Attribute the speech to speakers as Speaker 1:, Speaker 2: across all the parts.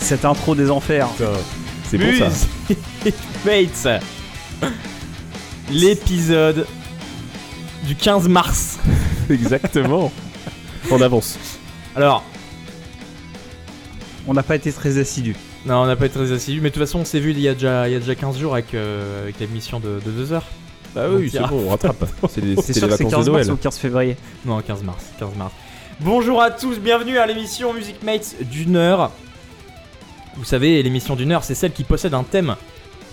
Speaker 1: Cette intro des enfers.
Speaker 2: C'est pour ça.
Speaker 3: Fates. L'épisode du 15 mars.
Speaker 2: Exactement. On avance.
Speaker 3: Alors,
Speaker 1: On n'a pas été très assidus.
Speaker 3: non, on n'a pas été très assidus, mais de toute façon, on s'est vu il y a déjà, il y a déjà 15 jours avec, euh, avec l'émission de, de 2 heures.
Speaker 2: Bah
Speaker 3: On
Speaker 2: oui, c'est
Speaker 3: dira.
Speaker 2: bon, on rattrape. C'est les,
Speaker 1: C'est
Speaker 2: Oh, c'était
Speaker 1: sûr
Speaker 2: les
Speaker 1: que c'est
Speaker 2: vacances
Speaker 1: 15
Speaker 2: de
Speaker 1: mars
Speaker 2: Noël.
Speaker 1: ou 15 février.
Speaker 3: Non, 15 mars, 15 mars. Bonjour à tous, bienvenue à l'émission Music Mates d'une heure. Vous savez, l'émission d'une heure, c'est celle qui possède un thème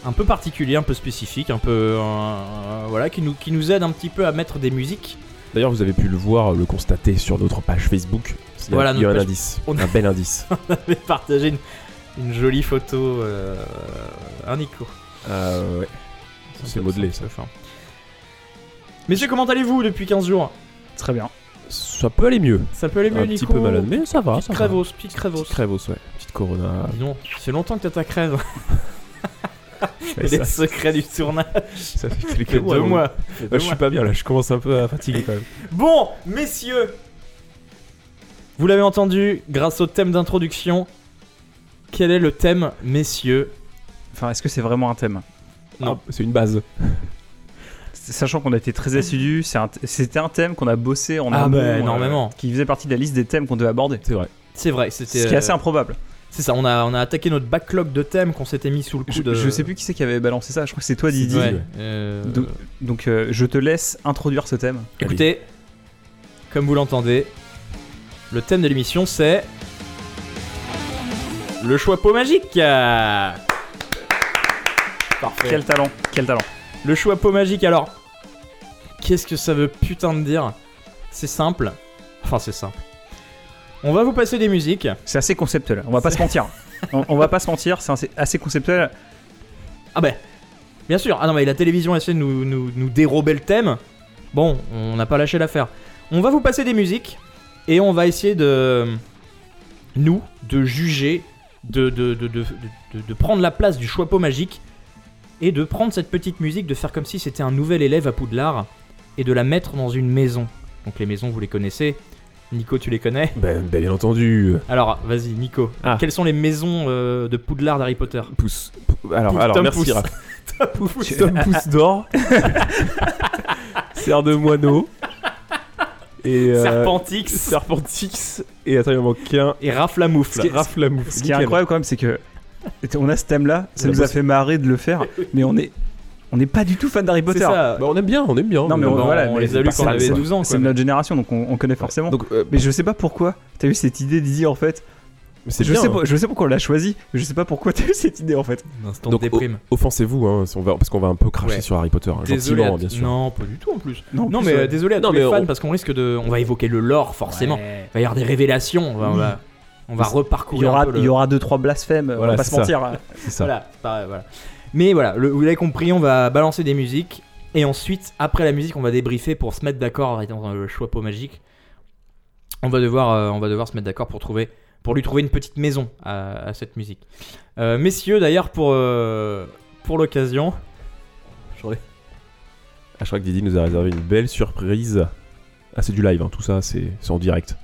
Speaker 3: un peu particulier, un peu spécifique, un peu euh, voilà, qui nous, qui nous aide un petit peu à mettre des musiques.
Speaker 2: D'ailleurs, vous avez pu le voir, euh, le constater sur notre page Facebook. Il y a,
Speaker 3: Voilà,
Speaker 2: il y a
Speaker 3: notre
Speaker 2: un
Speaker 3: page-
Speaker 2: indice.
Speaker 3: on-
Speaker 2: Un bel indice.
Speaker 3: J'avais partagé une, une jolie photo, euh, un Nico.
Speaker 2: Euh, ouais. C'est modelé, ça.
Speaker 3: Enfin. Messieurs, comment allez-vous depuis 15 jours
Speaker 1: Très bien.
Speaker 2: Ça peut aller mieux.
Speaker 3: Ça peut aller mieux,
Speaker 2: Un
Speaker 3: Nico
Speaker 2: petit peu malade, mais ça va.
Speaker 3: Petite
Speaker 2: Ça va.
Speaker 3: crèvos, petite crèvos.
Speaker 2: Petite crève, ouais. Petite corona.
Speaker 3: Dis donc, c'est longtemps que t'as ta crève. hein.
Speaker 2: Ouais,
Speaker 3: Les
Speaker 2: ça-
Speaker 3: secrets du tournage.
Speaker 2: ça fait quelques
Speaker 3: Que deux
Speaker 2: donc.
Speaker 3: mois.
Speaker 2: Ouais,
Speaker 3: deux
Speaker 2: je suis
Speaker 3: mois.
Speaker 2: pas bien là, je commence un peu à fatiguer quand même.
Speaker 3: Bon, messieurs, vous l'avez entendu grâce au thème d'introduction. Quel est le thème, messieurs
Speaker 1: Enfin, est-ce que c'est vraiment un thème
Speaker 3: Non.
Speaker 2: Ah, c'est une base.
Speaker 1: Sachant qu'on a été très assidus, c'est un th- c'était un thème qu'on a bossé en amont, euh,
Speaker 3: Ah bah, énormément.
Speaker 1: qui faisait partie de la liste des thèmes qu'on devait aborder.
Speaker 2: C'est vrai.
Speaker 3: C'est vrai,
Speaker 1: Ce
Speaker 3: c'était.
Speaker 1: qui est assez
Speaker 3: euh,
Speaker 1: improbable.
Speaker 3: C'est ça, on a, on a attaqué notre backlog de thèmes qu'on s'était mis sous le coup
Speaker 1: Je,
Speaker 3: de.
Speaker 1: je sais plus qui c'est qui avait balancé ça, je crois que c'est toi Didi.
Speaker 3: Ouais,
Speaker 2: ouais.
Speaker 3: euh,
Speaker 1: Donc, donc, euh, je te laisse introduire ce thème.
Speaker 3: Écoutez, comme vous l'entendez, le thème de l'émission c'est. Le choix peau magique Parfait.
Speaker 1: Quel talent, quel talent.
Speaker 3: Le choix peau magique, alors. Qu'est-ce que ça veut putain de dire C'est simple. Enfin, c'est simple. On va vous passer des musiques.
Speaker 1: C'est assez conceptuel, on va pas se mentir. On, on va pas se mentir, c'est assez- assez conceptuel.
Speaker 3: Ah ben, bien sûr. Ah non, mais la télévision essaie de nous, nous, nous dérober le thème. Bon, on n'a pas lâché l'affaire. On va vous passer des musiques et on va essayer de. Nous, de juger, de, de, de, de, de- de prendre la place du choix magique et de prendre cette petite musique, de faire comme si c'était un nouvel élève à Poudlard et de la mettre dans une maison. Donc les maisons, vous les connaissez. Nico, tu les connais
Speaker 2: Ben, ben, bien entendu.
Speaker 3: Alors, vas-y, Nico.
Speaker 2: Ah.
Speaker 3: Quelles sont les maisons euh, de Poudlard d'Harry Potter
Speaker 2: Pousse. Pou- Alors,
Speaker 3: Pousse,
Speaker 2: alors
Speaker 3: Tom
Speaker 2: merci
Speaker 3: Pouce.
Speaker 2: Raph. Tom Pouce d'or. Serre de moineau. Et. euh,
Speaker 3: Serpentix
Speaker 2: Serpentix. Et attends, il en manque un.
Speaker 3: et Raflamoufle.
Speaker 1: Ce qui est-
Speaker 2: Raflamouf.
Speaker 1: Ce qui est incroyable quand même, c'est que on a ce thème-là, ça
Speaker 2: On a
Speaker 1: nous a
Speaker 2: bossé.
Speaker 1: fait marrer de le faire, mais on est on n'est pas du tout fan d'Harry
Speaker 3: C'est
Speaker 1: Potter.
Speaker 3: ça.
Speaker 2: Bah, on aime bien, on aime bien.
Speaker 1: Non, mais
Speaker 3: on,
Speaker 1: on- voilà,
Speaker 3: on
Speaker 1: mais
Speaker 3: les a
Speaker 1: c'est
Speaker 3: lus
Speaker 1: pas
Speaker 3: quand on
Speaker 1: ça,
Speaker 3: avait
Speaker 1: c'est-
Speaker 3: 12 ans.
Speaker 1: C'est
Speaker 3: quoi.
Speaker 1: de notre génération, donc on, on connaît forcément.
Speaker 2: Donc, euh,
Speaker 1: mais je sais pas pourquoi t'as eu cette idée, Dizzy, en fait.
Speaker 2: mais c'est
Speaker 1: Je
Speaker 2: bien. hein.
Speaker 1: sais, pas, je sais pourquoi on l'a choisi, mais je sais pas pourquoi t'as eu cette idée, en fait.
Speaker 3: Un instant
Speaker 2: Donc,
Speaker 3: de déprime.
Speaker 1: euh,
Speaker 2: Offensez-vous, hein, si on va- parce qu'on va un peu cracher
Speaker 3: Ouais.
Speaker 2: sur Harry Potter. hein,
Speaker 3: Désolé. à-
Speaker 2: gentiment, bien sûr.
Speaker 3: Non, pas du tout en plus.
Speaker 1: Non, en
Speaker 3: Non,
Speaker 1: plus,
Speaker 3: mais euh,
Speaker 1: ouais.
Speaker 3: désolé à
Speaker 2: Non,
Speaker 3: tous
Speaker 2: mais
Speaker 3: les fans
Speaker 2: on-
Speaker 3: parce qu'on risque de. On va évoquer le lore forcément. Il va y avoir des révélations. On va, on va, on va
Speaker 1: Il y il
Speaker 3: reparcourir.
Speaker 1: y aura
Speaker 3: un peu le-
Speaker 1: il y aura deux trois blasphèmes, on
Speaker 2: Voilà,
Speaker 1: va pas se
Speaker 2: c'est ça.
Speaker 1: mentir.
Speaker 2: C'est ça.
Speaker 3: Voilà, c'est pareil, voilà. Mais voilà, le- vous l'avez compris, on va balancer des musiques. Et ensuite, après la musique, on va débriefer pour se mettre d'accord dans le choix peau magique. On va devoir, euh, on va devoir se mettre d'accord pour trouver, pour lui trouver une petite maison à, à cette musique. Euh, messieurs, d'ailleurs, pour, euh, pour l'occasion,
Speaker 2: Ah, je crois que Didi nous a réservé une belle surprise. Ah, c'est du live, hein, tout ça, c'est c'est en direct.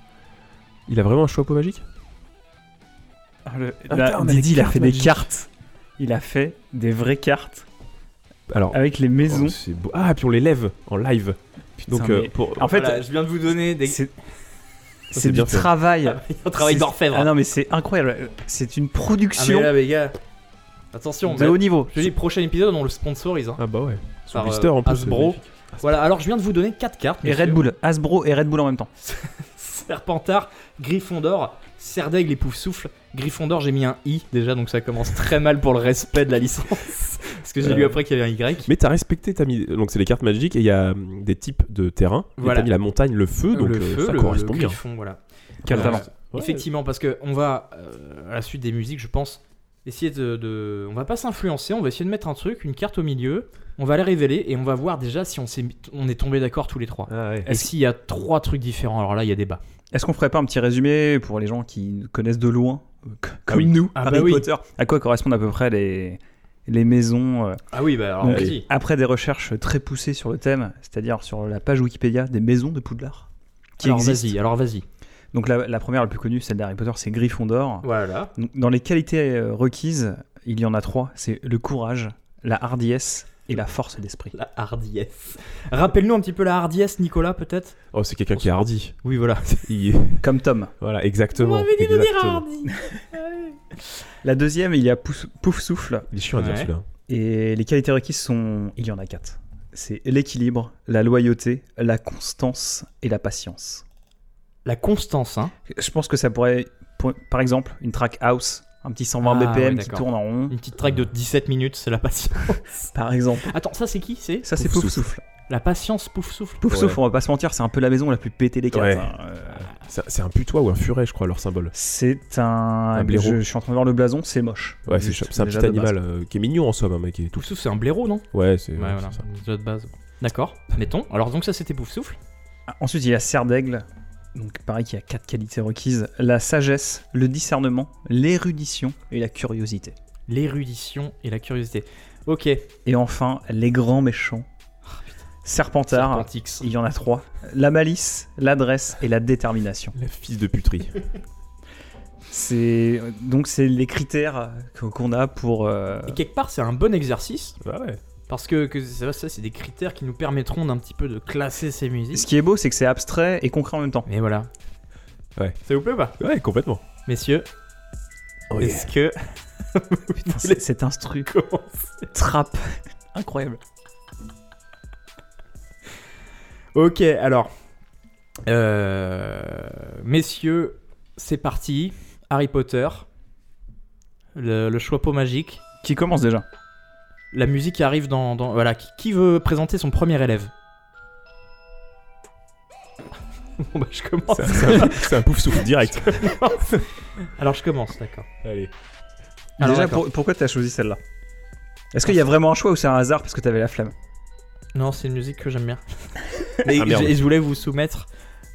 Speaker 2: Il a vraiment un choix magique
Speaker 1: Là,
Speaker 2: Attends, on a des
Speaker 1: Ah, Didi, il a
Speaker 2: cartes
Speaker 1: fait des
Speaker 2: magiques.
Speaker 1: cartes. Il a fait des vraies cartes
Speaker 2: Alors,
Speaker 1: avec les
Speaker 2: oh,
Speaker 1: maisons.
Speaker 2: c'est beau. Ah, puis on les lève en live. Donc,
Speaker 1: mais-
Speaker 2: euh, pour...
Speaker 1: en fait,
Speaker 3: Voilà, je viens de vous donner des
Speaker 1: c'est
Speaker 2: c'est
Speaker 1: c'est du
Speaker 2: bien fait.
Speaker 1: travail.
Speaker 3: un travail
Speaker 1: C'est-
Speaker 3: d'orfèvre.
Speaker 1: Ah non, mais c'est incroyable. C'est une
Speaker 3: Ah, mais
Speaker 1: production
Speaker 3: là, les gars, attention.
Speaker 1: de
Speaker 3: mais-
Speaker 1: haut niveau.
Speaker 3: je te dis, prochain épisode, on le sponsorise. hein.
Speaker 2: Ah, bah ouais. Son
Speaker 3: Par, euh,
Speaker 2: blister en plus.
Speaker 3: Hasbro.
Speaker 2: c'est magnifique.
Speaker 3: Voilà, alors je viens de vous donner 4 cartes.
Speaker 1: Et Red
Speaker 3: messieurs.
Speaker 1: Bull, Hasbro et Red Bull en même temps.
Speaker 3: Serpentard, Gryffondor, Serdaigle et Poufsouffle. Gryffondor, j'ai mis un i déjà, donc ça commence très mal pour le respect de la licence. Parce que j'ai lu
Speaker 2: Euh.
Speaker 3: après qu'il y avait un y.
Speaker 2: Mais t'as respecté, t'as mis. Donc, c'est les cartes magiques et il y a hum, des types de terrain. Et
Speaker 3: Voilà.
Speaker 2: T'as mis la montagne, le feu, donc
Speaker 3: le
Speaker 2: euh,
Speaker 3: feu,
Speaker 2: ça
Speaker 3: le,
Speaker 2: correspond
Speaker 3: le
Speaker 2: bien.
Speaker 3: Griffon, voilà.
Speaker 1: Quel
Speaker 3: Ouais.
Speaker 1: talent.
Speaker 2: Ouais.
Speaker 3: Effectivement, parce que on va euh, à la suite des musiques, je pense, essayer de, de- on va pas s'influencer, on va essayer de mettre un truc, une carte au milieu. On va la révéler et on va voir déjà si on, s'est mis- on est tombé d'accord tous les trois.
Speaker 2: Ah, ouais.
Speaker 3: Et s'il y a trois trucs différents, alors là il y a débat.
Speaker 1: Est-ce qu'on ferait pas un petit résumé pour les gens qui connaissent de loin, euh, c- comme
Speaker 2: oui.
Speaker 1: nous,
Speaker 3: Ah bah
Speaker 1: Harry
Speaker 3: oui.
Speaker 1: Potter À quoi correspondent à peu près les, les maisons euh,
Speaker 3: Ah oui, bah alors
Speaker 1: donc,
Speaker 3: vas-y.
Speaker 1: Après des recherches très poussées sur le thème, c'est-à-dire sur la page Wikipédia des maisons de Poudlard, qui
Speaker 3: Alors
Speaker 1: existent.
Speaker 3: vas-y, alors vas-y.
Speaker 1: Donc la, la première, la plus connue, celle d'Harry Potter, c'est Gryffondor.
Speaker 3: Voilà.
Speaker 1: Donc, Dans les qualités euh, requises, il y en a trois. C'est le courage, la hardiesse et la force d'esprit.
Speaker 3: La hardiesse. Rappelle-nous un petit peu la hardiesse, Nicolas, peut-être
Speaker 2: Oh, c'est quelqu'un qui est hardi.
Speaker 3: Oui, voilà.
Speaker 2: Il est-
Speaker 1: Comme Tom.
Speaker 2: Voilà, exactement. exactement.
Speaker 1: La deuxième, il y a Pouf- Poufsouffle.
Speaker 2: Il est chiant à dire
Speaker 3: Ouais.
Speaker 2: celui-là.
Speaker 1: Et les qualités requises sont... Il y en a quatre. C'est l'équilibre, la loyauté, la constance et la patience.
Speaker 3: La constance, hein.
Speaker 1: Je pense que ça pourrait, pour- par exemple, une track house, un petit 120
Speaker 3: Ah,
Speaker 1: BPM
Speaker 3: ouais,
Speaker 1: qui
Speaker 3: d'accord.
Speaker 1: tourne en rond,
Speaker 2: Mm.
Speaker 3: Une petite track de 17 minutes, c'est la patience.
Speaker 1: par exemple.
Speaker 3: Attends, ça c'est qui C'est
Speaker 1: Ça, c'est
Speaker 2: Pouf
Speaker 1: Pouf Souffle.
Speaker 3: La patience pouf souffle.
Speaker 1: Pouf
Speaker 2: Ouais.
Speaker 1: Souffle, on va pas se mentir, c'est un peu la maison la plus pétée des quatre.
Speaker 2: Ouais.
Speaker 1: hein. Euh,
Speaker 2: Ça- C'est un putois ou un furet, je crois, leur symbole.
Speaker 1: C'est un. eh ben,
Speaker 2: blaireau.
Speaker 1: je, je suis en train de voir le blason, c'est moche.
Speaker 2: Ouais, c'est
Speaker 1: Juste,
Speaker 2: ch- c'est un
Speaker 1: déjà
Speaker 2: petit
Speaker 1: de base.
Speaker 2: animal euh, qui est mignon en somme, hein, mais qui est tout.
Speaker 3: Pouf souffle, c'est un blaireau, non
Speaker 2: Ouais, c'est
Speaker 3: Ouais,
Speaker 2: ouais,
Speaker 3: voilà.
Speaker 2: c'est ça.
Speaker 3: Déjà de base. D'accord, mettons. Alors donc ça c'était pouf souffle.
Speaker 1: Ah, Ensuite, il y a Serre d'Aigle. Donc, pareil, qui a quatre qualités requises la sagesse, le discernement, l'érudition et la curiosité.
Speaker 3: L'érudition et la curiosité. Ok.
Speaker 1: Et enfin, les grands
Speaker 3: hein.
Speaker 1: méchants. Serpentard,
Speaker 3: Serpentix.
Speaker 1: il y en a trois la malice, l'adresse et la détermination.
Speaker 2: La fille de puterie.
Speaker 1: C'est donc c'est les critères que- qu'on a pour. euh,
Speaker 3: Et quelque part c'est un bon exercice
Speaker 2: ah ouais.
Speaker 3: parce que, que ça, ça, c'est des critères qui nous permettront d'un petit peu de classer ces
Speaker 1: Ce
Speaker 3: musiques.
Speaker 1: qui est beau, c'est que c'est abstrait et concret en même temps.
Speaker 3: Mais voilà.
Speaker 2: Ouais.
Speaker 3: Ça vous plaît ou pas,
Speaker 2: Ouais, complètement.
Speaker 3: messieurs
Speaker 2: Oh, yeah.
Speaker 3: Est-ce que
Speaker 1: Putain, c'est- cet instru
Speaker 3: comment
Speaker 1: trap incroyable.
Speaker 3: Ok, alors. Euh, messieurs, c'est parti. Harry Potter. Le, le choix magique.
Speaker 1: Qui commence déjà
Speaker 3: La musique qui arrive dans. dans- voilà, qui, qui veut présenter son premier élève Bon, bah, je commence.
Speaker 2: C'est un- c'est un, c'est un pouf souffle direct.
Speaker 3: Alors, je commence, d'accord.
Speaker 2: Allez.
Speaker 3: Alors,
Speaker 1: Déjà,
Speaker 3: d'accord.
Speaker 1: pour- pourquoi t'as choisi celle-là Est-ce qu'il y a vraiment un choix ou c'est un hasard parce que t'avais la flamme
Speaker 3: Non, c'est une musique que j'aime bien. Mais
Speaker 2: Ah, merde.
Speaker 3: je, et je voulais vous soumettre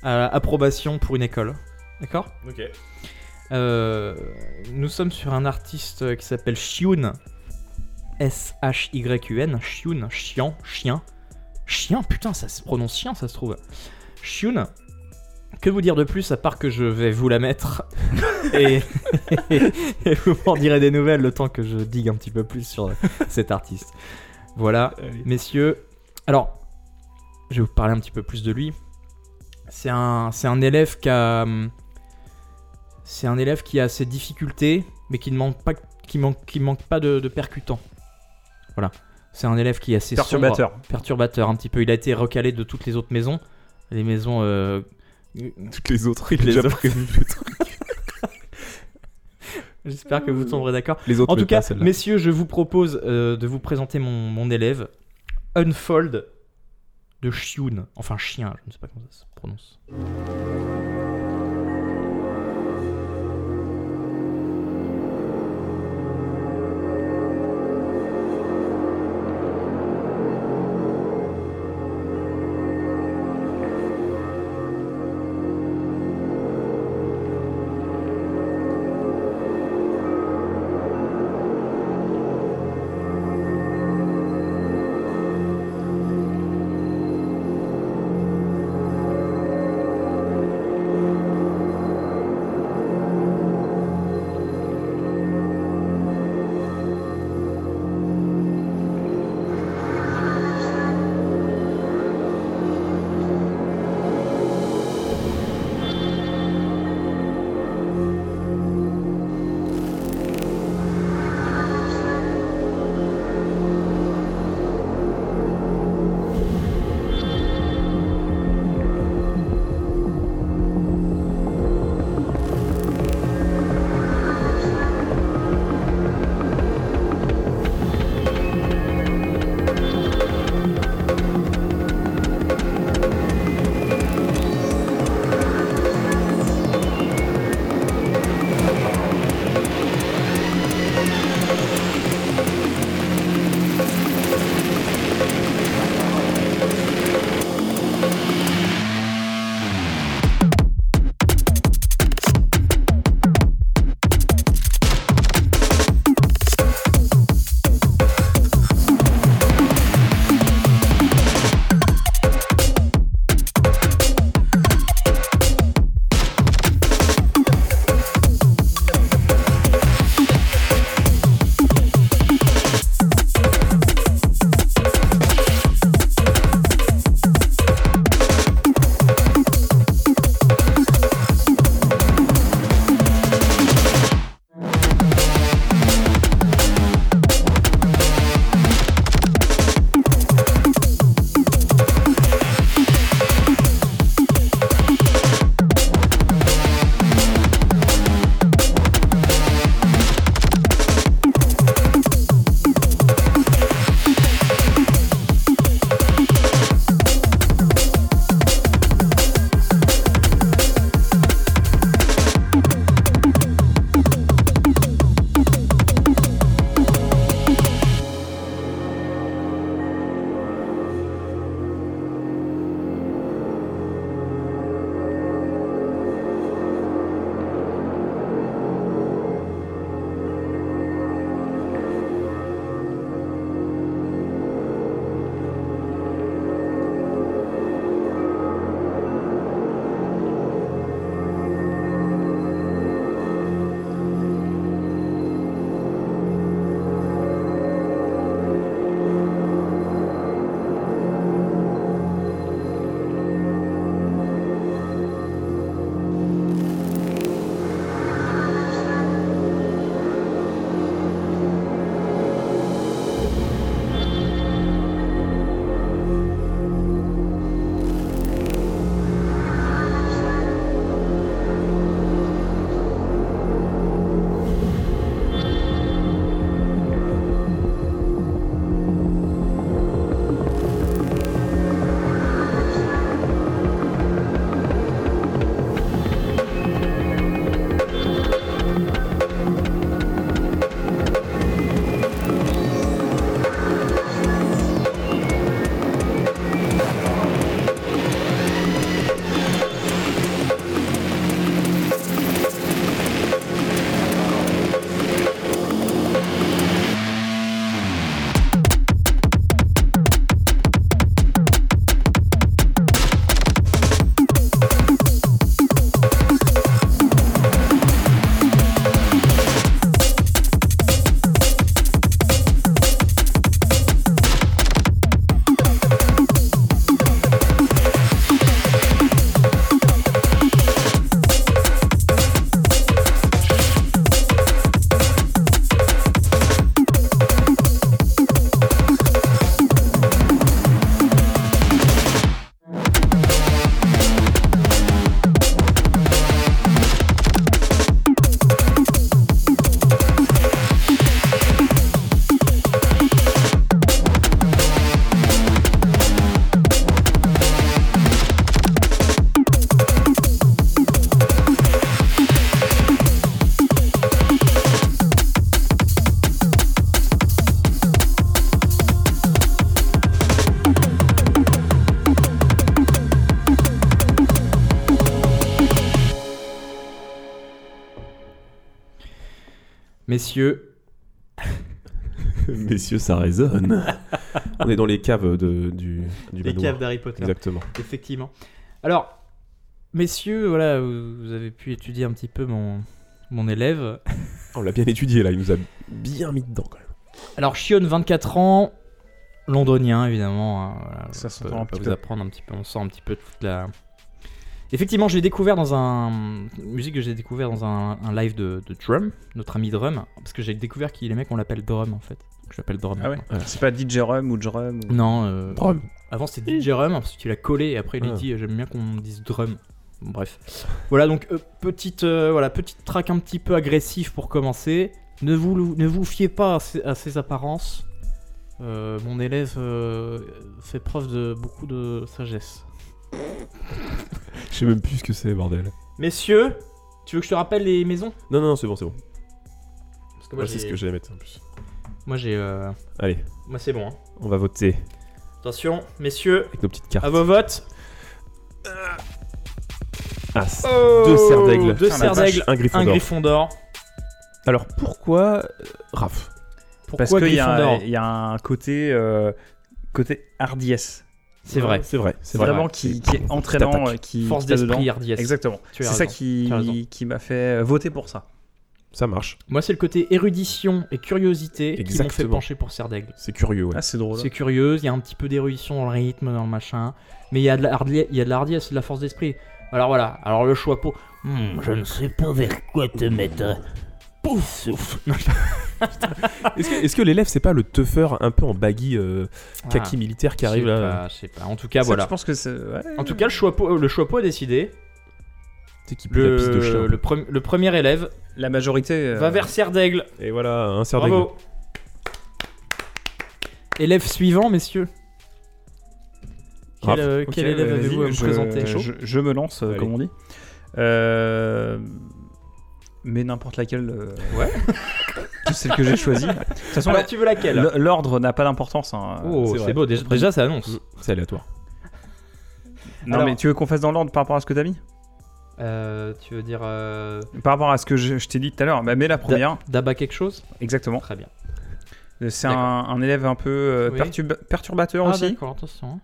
Speaker 3: à approbation pour une école. D'accord
Speaker 2: Ok.
Speaker 3: Euh, nous sommes sur un artiste qui s'appelle Shun. S-H-Y-U-N. Shun. Chien. Chien. Chien, putain, ça se prononce chien, ça se trouve. Shun. Que vous dire de plus à part que je vais vous la mettre et, et vous m'en direz des nouvelles le temps que je digue un petit peu plus sur cet artiste. Voilà, messieurs. Alors, je vais vous parler un petit peu plus de lui. C'est un, c'est un élève qui a. hum, C'est un élève qui a ses difficultés, mais qui ne manque pas, qui manque, qui manque pas de, de percutant. Voilà. C'est un élève qui est assez sombre,
Speaker 1: Perturbateur.
Speaker 3: perturbateur un petit peu. Il a été recalé de toutes les autres maisons. Les maisons. euh,
Speaker 2: Toutes les autres,
Speaker 3: les
Speaker 2: déjà
Speaker 3: autres.
Speaker 2: prévu le truc.
Speaker 3: J'espère que vous tomberez d'accord.
Speaker 2: Les autres,
Speaker 3: En tout
Speaker 2: mais pas
Speaker 3: cas,
Speaker 2: celle-là.
Speaker 3: messieurs, je vous propose euh, de vous présenter mon, mon élève, Unfold de Chioun. Enfin, chien, je ne sais pas comment ça se prononce. Messieurs,
Speaker 2: Messieurs, ça résonne. On est dans les caves de, du, du
Speaker 3: les
Speaker 2: manoir.
Speaker 3: caves d'Harry Potter.
Speaker 2: Exactement.
Speaker 3: Effectivement. Alors, messieurs, voilà, vous vous avez pu étudier un petit peu mon, mon élève.
Speaker 2: On l'a bien étudié là, il nous a bien mis dedans quand même.
Speaker 3: Alors, Chion, 24 ans, londonien, évidemment. hein, voilà,
Speaker 1: Ça
Speaker 3: on
Speaker 1: s'entend
Speaker 3: peut-
Speaker 1: un
Speaker 3: on
Speaker 1: petit
Speaker 3: peut vous
Speaker 1: peu.
Speaker 3: apprendre un petit peu, on sent un petit peu toute la... Effectivement, je l'ai découvert dans un... une musique que j'ai découvert dans un, un live de, de Drum, notre ami Drum, parce que j'ai découvert qu'il aimait qu'on l'appelle Drum, en fait. Je l'appelle Drum.
Speaker 1: Ah ouais
Speaker 3: maintenant.
Speaker 1: C'est pas DJ Rum ou Drum ou...
Speaker 3: Non, euh,
Speaker 2: Drum.
Speaker 3: Avant c'était DJ Rum, parce que tu l'as collé et après il a
Speaker 2: Ah.
Speaker 3: dit euh, j'aime bien qu'on me dise drum. Bon, bref. Voilà donc euh, petite euh, voilà petite track un petit peu agressive pour commencer. Ne vous ne vous fiez pas à ces, à ces apparences. Euh, mon élève euh, fait preuve de beaucoup de sagesse.
Speaker 2: Je sais même plus ce que c'est, bordel.
Speaker 3: Messieurs, tu veux que je te rappelle les maisons
Speaker 2: Non, non, non, c'est bon, c'est bon.
Speaker 3: Parce que
Speaker 2: Moi,
Speaker 3: moi
Speaker 2: c'est ce que
Speaker 3: j'ai
Speaker 2: j'allais mettre en plus.
Speaker 3: moi j'ai euh,
Speaker 2: Allez,
Speaker 3: moi c'est bon. hein.
Speaker 2: on va voter
Speaker 3: Attention, messieurs,
Speaker 2: avec nos petites cartes.
Speaker 3: à vos votes.
Speaker 2: As.
Speaker 1: Oh
Speaker 3: Deux
Speaker 2: cerfs d'aigle.
Speaker 3: Deux
Speaker 1: Putain, la
Speaker 3: cerfs
Speaker 1: vache.
Speaker 3: Oh, d'aigle,
Speaker 2: Un
Speaker 3: un
Speaker 2: Gryffondor.
Speaker 3: Gryffondor.
Speaker 2: Alors pourquoi euh, Raph
Speaker 3: Pourquoi
Speaker 1: Parce qu'il y, a
Speaker 3: Gryffondor
Speaker 1: un- il y a un côté, euh, côté hardiesse.
Speaker 3: C'est vrai.
Speaker 2: C'est vrai. C'est vrai.
Speaker 1: Vraiment qui, qui est entraînant,
Speaker 2: t'attaque.
Speaker 1: euh, qui
Speaker 3: Force
Speaker 1: qui t'a dedans.
Speaker 3: d'esprit, hardiesse.
Speaker 1: Exactement.
Speaker 3: Tu
Speaker 1: C'est
Speaker 3: as
Speaker 1: ça
Speaker 3: raison.
Speaker 1: qui,
Speaker 3: tu as raison.
Speaker 1: qui m'a fait euh, voter pour ça.
Speaker 2: Ça marche.
Speaker 3: Moi, c'est le côté érudition et curiosité qui m'ont fait
Speaker 2: Exactement.
Speaker 3: pencher pour Serre d'Aigle.
Speaker 2: C'est curieux, ouais.
Speaker 1: Ah, c'est drôle.
Speaker 3: C'est curieux, il y a un petit peu d'érudition dans le rythme, dans le machin, mais il y a de la, hardie- il y a de la hardiesse, de la force d'esprit. Alors voilà, alors le choix pour. Hmm, je ne sais pas vers quoi te mettre. Pouf souffle Ah.
Speaker 2: Est-ce que, est-ce que l'élève, c'est pas le teufeur un peu en baggy euh, kaki militaire qui arrive là
Speaker 3: Ah, Je sais pas, en tout cas,
Speaker 1: Ça,
Speaker 3: voilà.
Speaker 1: Je pense que c'est. ouais.
Speaker 3: En tout cas, le choix pour, le choix pour a décidé.
Speaker 2: Tu sais, qui pue la
Speaker 3: Le,
Speaker 2: pisse de chien.
Speaker 3: le premi- le premier élève
Speaker 1: La majorité. euh,
Speaker 3: va vers Serre d'Aigle.
Speaker 2: Et voilà, un cerf d'aigle.
Speaker 3: Bravo Élève suivant, messieurs.
Speaker 2: Raph,
Speaker 3: Quel, euh,
Speaker 1: ok,
Speaker 3: quel élève
Speaker 1: vas-y,
Speaker 3: avez-vous à me
Speaker 1: je-
Speaker 3: présenter
Speaker 1: je, je me lance, euh,
Speaker 2: Allez.
Speaker 1: comme on dit. Euh, mais n'importe laquelle. euh,
Speaker 3: Ouais.
Speaker 1: Toutes celles que j'ai choisies. De toute façon,
Speaker 3: Alors, tu veux laquelle
Speaker 1: l- l'ordre n'a pas d'imporance. hein.
Speaker 3: Ah Oh,
Speaker 2: c'est
Speaker 3: c'est
Speaker 2: vrai.
Speaker 3: beau, déjà, déjà, ça annonce.
Speaker 2: C'est aléatoire.
Speaker 1: non,
Speaker 3: alors-
Speaker 1: mais tu veux qu'on fasse dans l'ordre par rapport à ce que t'as mis
Speaker 3: Euh, tu veux dire euh,
Speaker 1: Par rapport à ce que je, je t'ai dit tout à l'heure. Bah, mais la première,
Speaker 3: Daba quelque chose
Speaker 1: exactement.
Speaker 3: Très bien.
Speaker 1: C'est un, un élève un peu euh,
Speaker 3: Oui.
Speaker 1: perturba- perturbateur
Speaker 3: ah,
Speaker 1: aussi,
Speaker 3: d'accord, attention.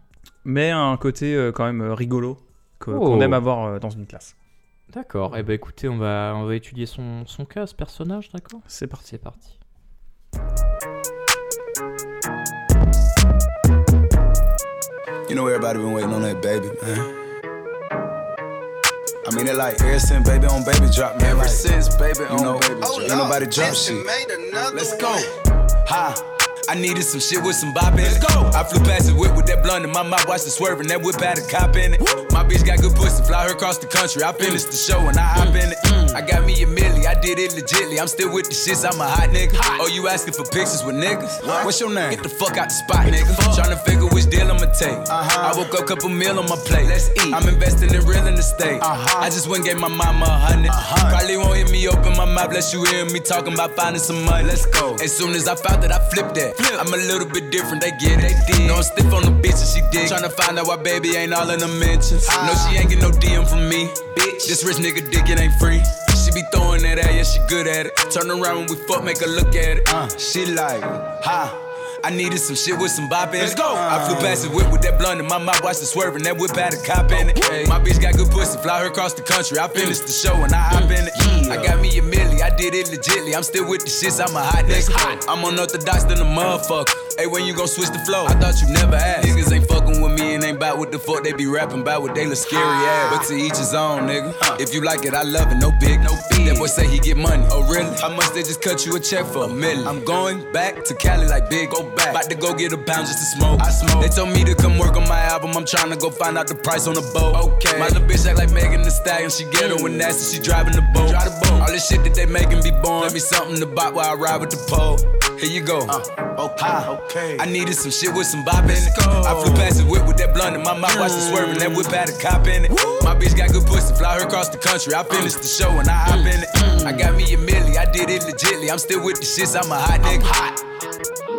Speaker 1: mais un côté euh, quand même euh, rigolo que-
Speaker 3: Oh.
Speaker 1: qu'on aime avoir euh, dans une classe.
Speaker 3: D'accord, eh ben écoutez, on va, on va étudier son, son cas, ce personnage, d'accord
Speaker 1: C'est parti.
Speaker 3: C'est parti.
Speaker 4: You know everybody been waiting on that baby, man. I mean it like ever since baby on baby drop, man.
Speaker 5: Ever
Speaker 4: like,
Speaker 5: since baby
Speaker 4: you
Speaker 5: on
Speaker 4: know,
Speaker 5: baby
Speaker 4: ain't
Speaker 5: drop.
Speaker 4: nobody drop shit.
Speaker 5: Made another
Speaker 4: Let's
Speaker 5: one.
Speaker 4: go. Hi. I needed some shit with some bop in it. go. I flew past the whip with that blunt in my mouth, watched it swerving. That whip had a cop in it. My bitch got good pussy, fly her across the country. I finished the show and I hop in it. I got me a milli, I did it legitly. I'm still with the shits, I'm a hot nigga. Oh, you asking for pictures with niggas? What's your name? Get the fuck out the spot, nigga. Tryna figure which deal I'ma take. I woke up, couple meal on my plate. Let's eat. I'm investing in real estate. I just went and gave my mama a hundred. Probably won't hear me open my mouth, bless you hear me talking about finding some money. Let's go. As soon as I found that, I flipped that. I'm a little bit different, they get it. They did. Know I'm stiff on the bitch and she dig. Tryna find out why baby ain't all in the mentions. No, she ain't get no DM from me. Bitch, this rich nigga dick it ain't free. She be throwing that at, yeah, she good at it. Turn around when we fuck, make her look at it. Uh, she like, ha. I needed some shit with some bop in it. Let's go. I flew past the whip with that blunt in my mouth, watched it swerving. That whip had a cop in it. My bitch got good pussy, fly her across the country. I finished the show and I hop in it. I got me a milli, I did it legitly. I'm still with the shits, I'm a hot nigga. I'm unorthodox than a motherfucker. Hey, when you gon' switch the flow? I thought you never asked. Niggas ain't fucking with me and ain't bout what the fuck they be rapping about with they little scary ass. But to each his own, nigga. If you like it, I love it. No big, Ah. no big. That boy say he get money. Oh, really? How much they just cut you a check for a million? I'm going back to Cali like big. Go back. About to go get a pound just to smoke. I smoke. They told me to come work on my album. I'm tryna go find out the price on the boat. Okay. My little bitch act like Megan the Stallion. She ghetto and nasty. She driving the boat. Drive the boat. All this shit that they making be born. Let me something to bop while I ride with the pole. Here you go.
Speaker 5: Okay,
Speaker 4: Hi.
Speaker 5: okay.
Speaker 4: I needed some shit with some bop in it. I flew past the whip with that blunt in my mouth, watched it swerving. That whip had a cop in it. My bitch got good pussy, fly her across the country. I finished the show and I hop in it. I got me a milli, I did it legitly. I'm still with the shits, I'm a hot nigga.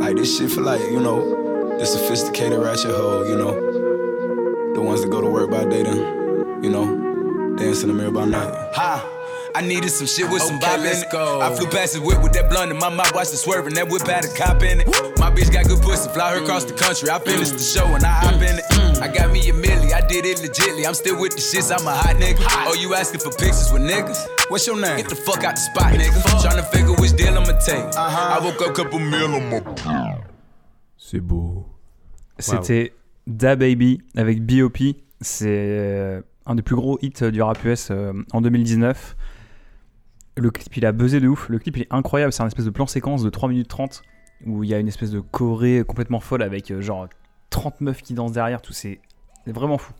Speaker 4: Like this shit for like, you know, the sophisticated ratchet hoe, you know. The ones that go to work by day, then, you know, dance in the mirror by night. Ha! I needed some shit with some bop in it. I flew past his whip with that blunt in my mouth, watched it swerving. That whip had a cop in it. My bitch got good pussy, fly her across the country. I finished the show and I hop in it. I got me a milli, I did it legitly. I'm still with the shits, I'm a hot nigga. Oh, you asking for pictures with niggas? What's your name? Get the fuck out the spot, nigga. Trying to figure which deal I'ma take. I woke up, couple meal on my
Speaker 2: C'est beau.
Speaker 1: C'était Da Baby avec BOP. C'est euh, un des plus gros hits euh, du rap US euh, en 2019. Le clip, il a buzzé de ouf. Le clip, il est incroyable. C'est un espèce de plan séquence de 3 minutes 30 où il y a une espèce de Corée complètement folle avec euh, genre 30 meufs qui dansent derrière. Tout c'est c'est vraiment fou.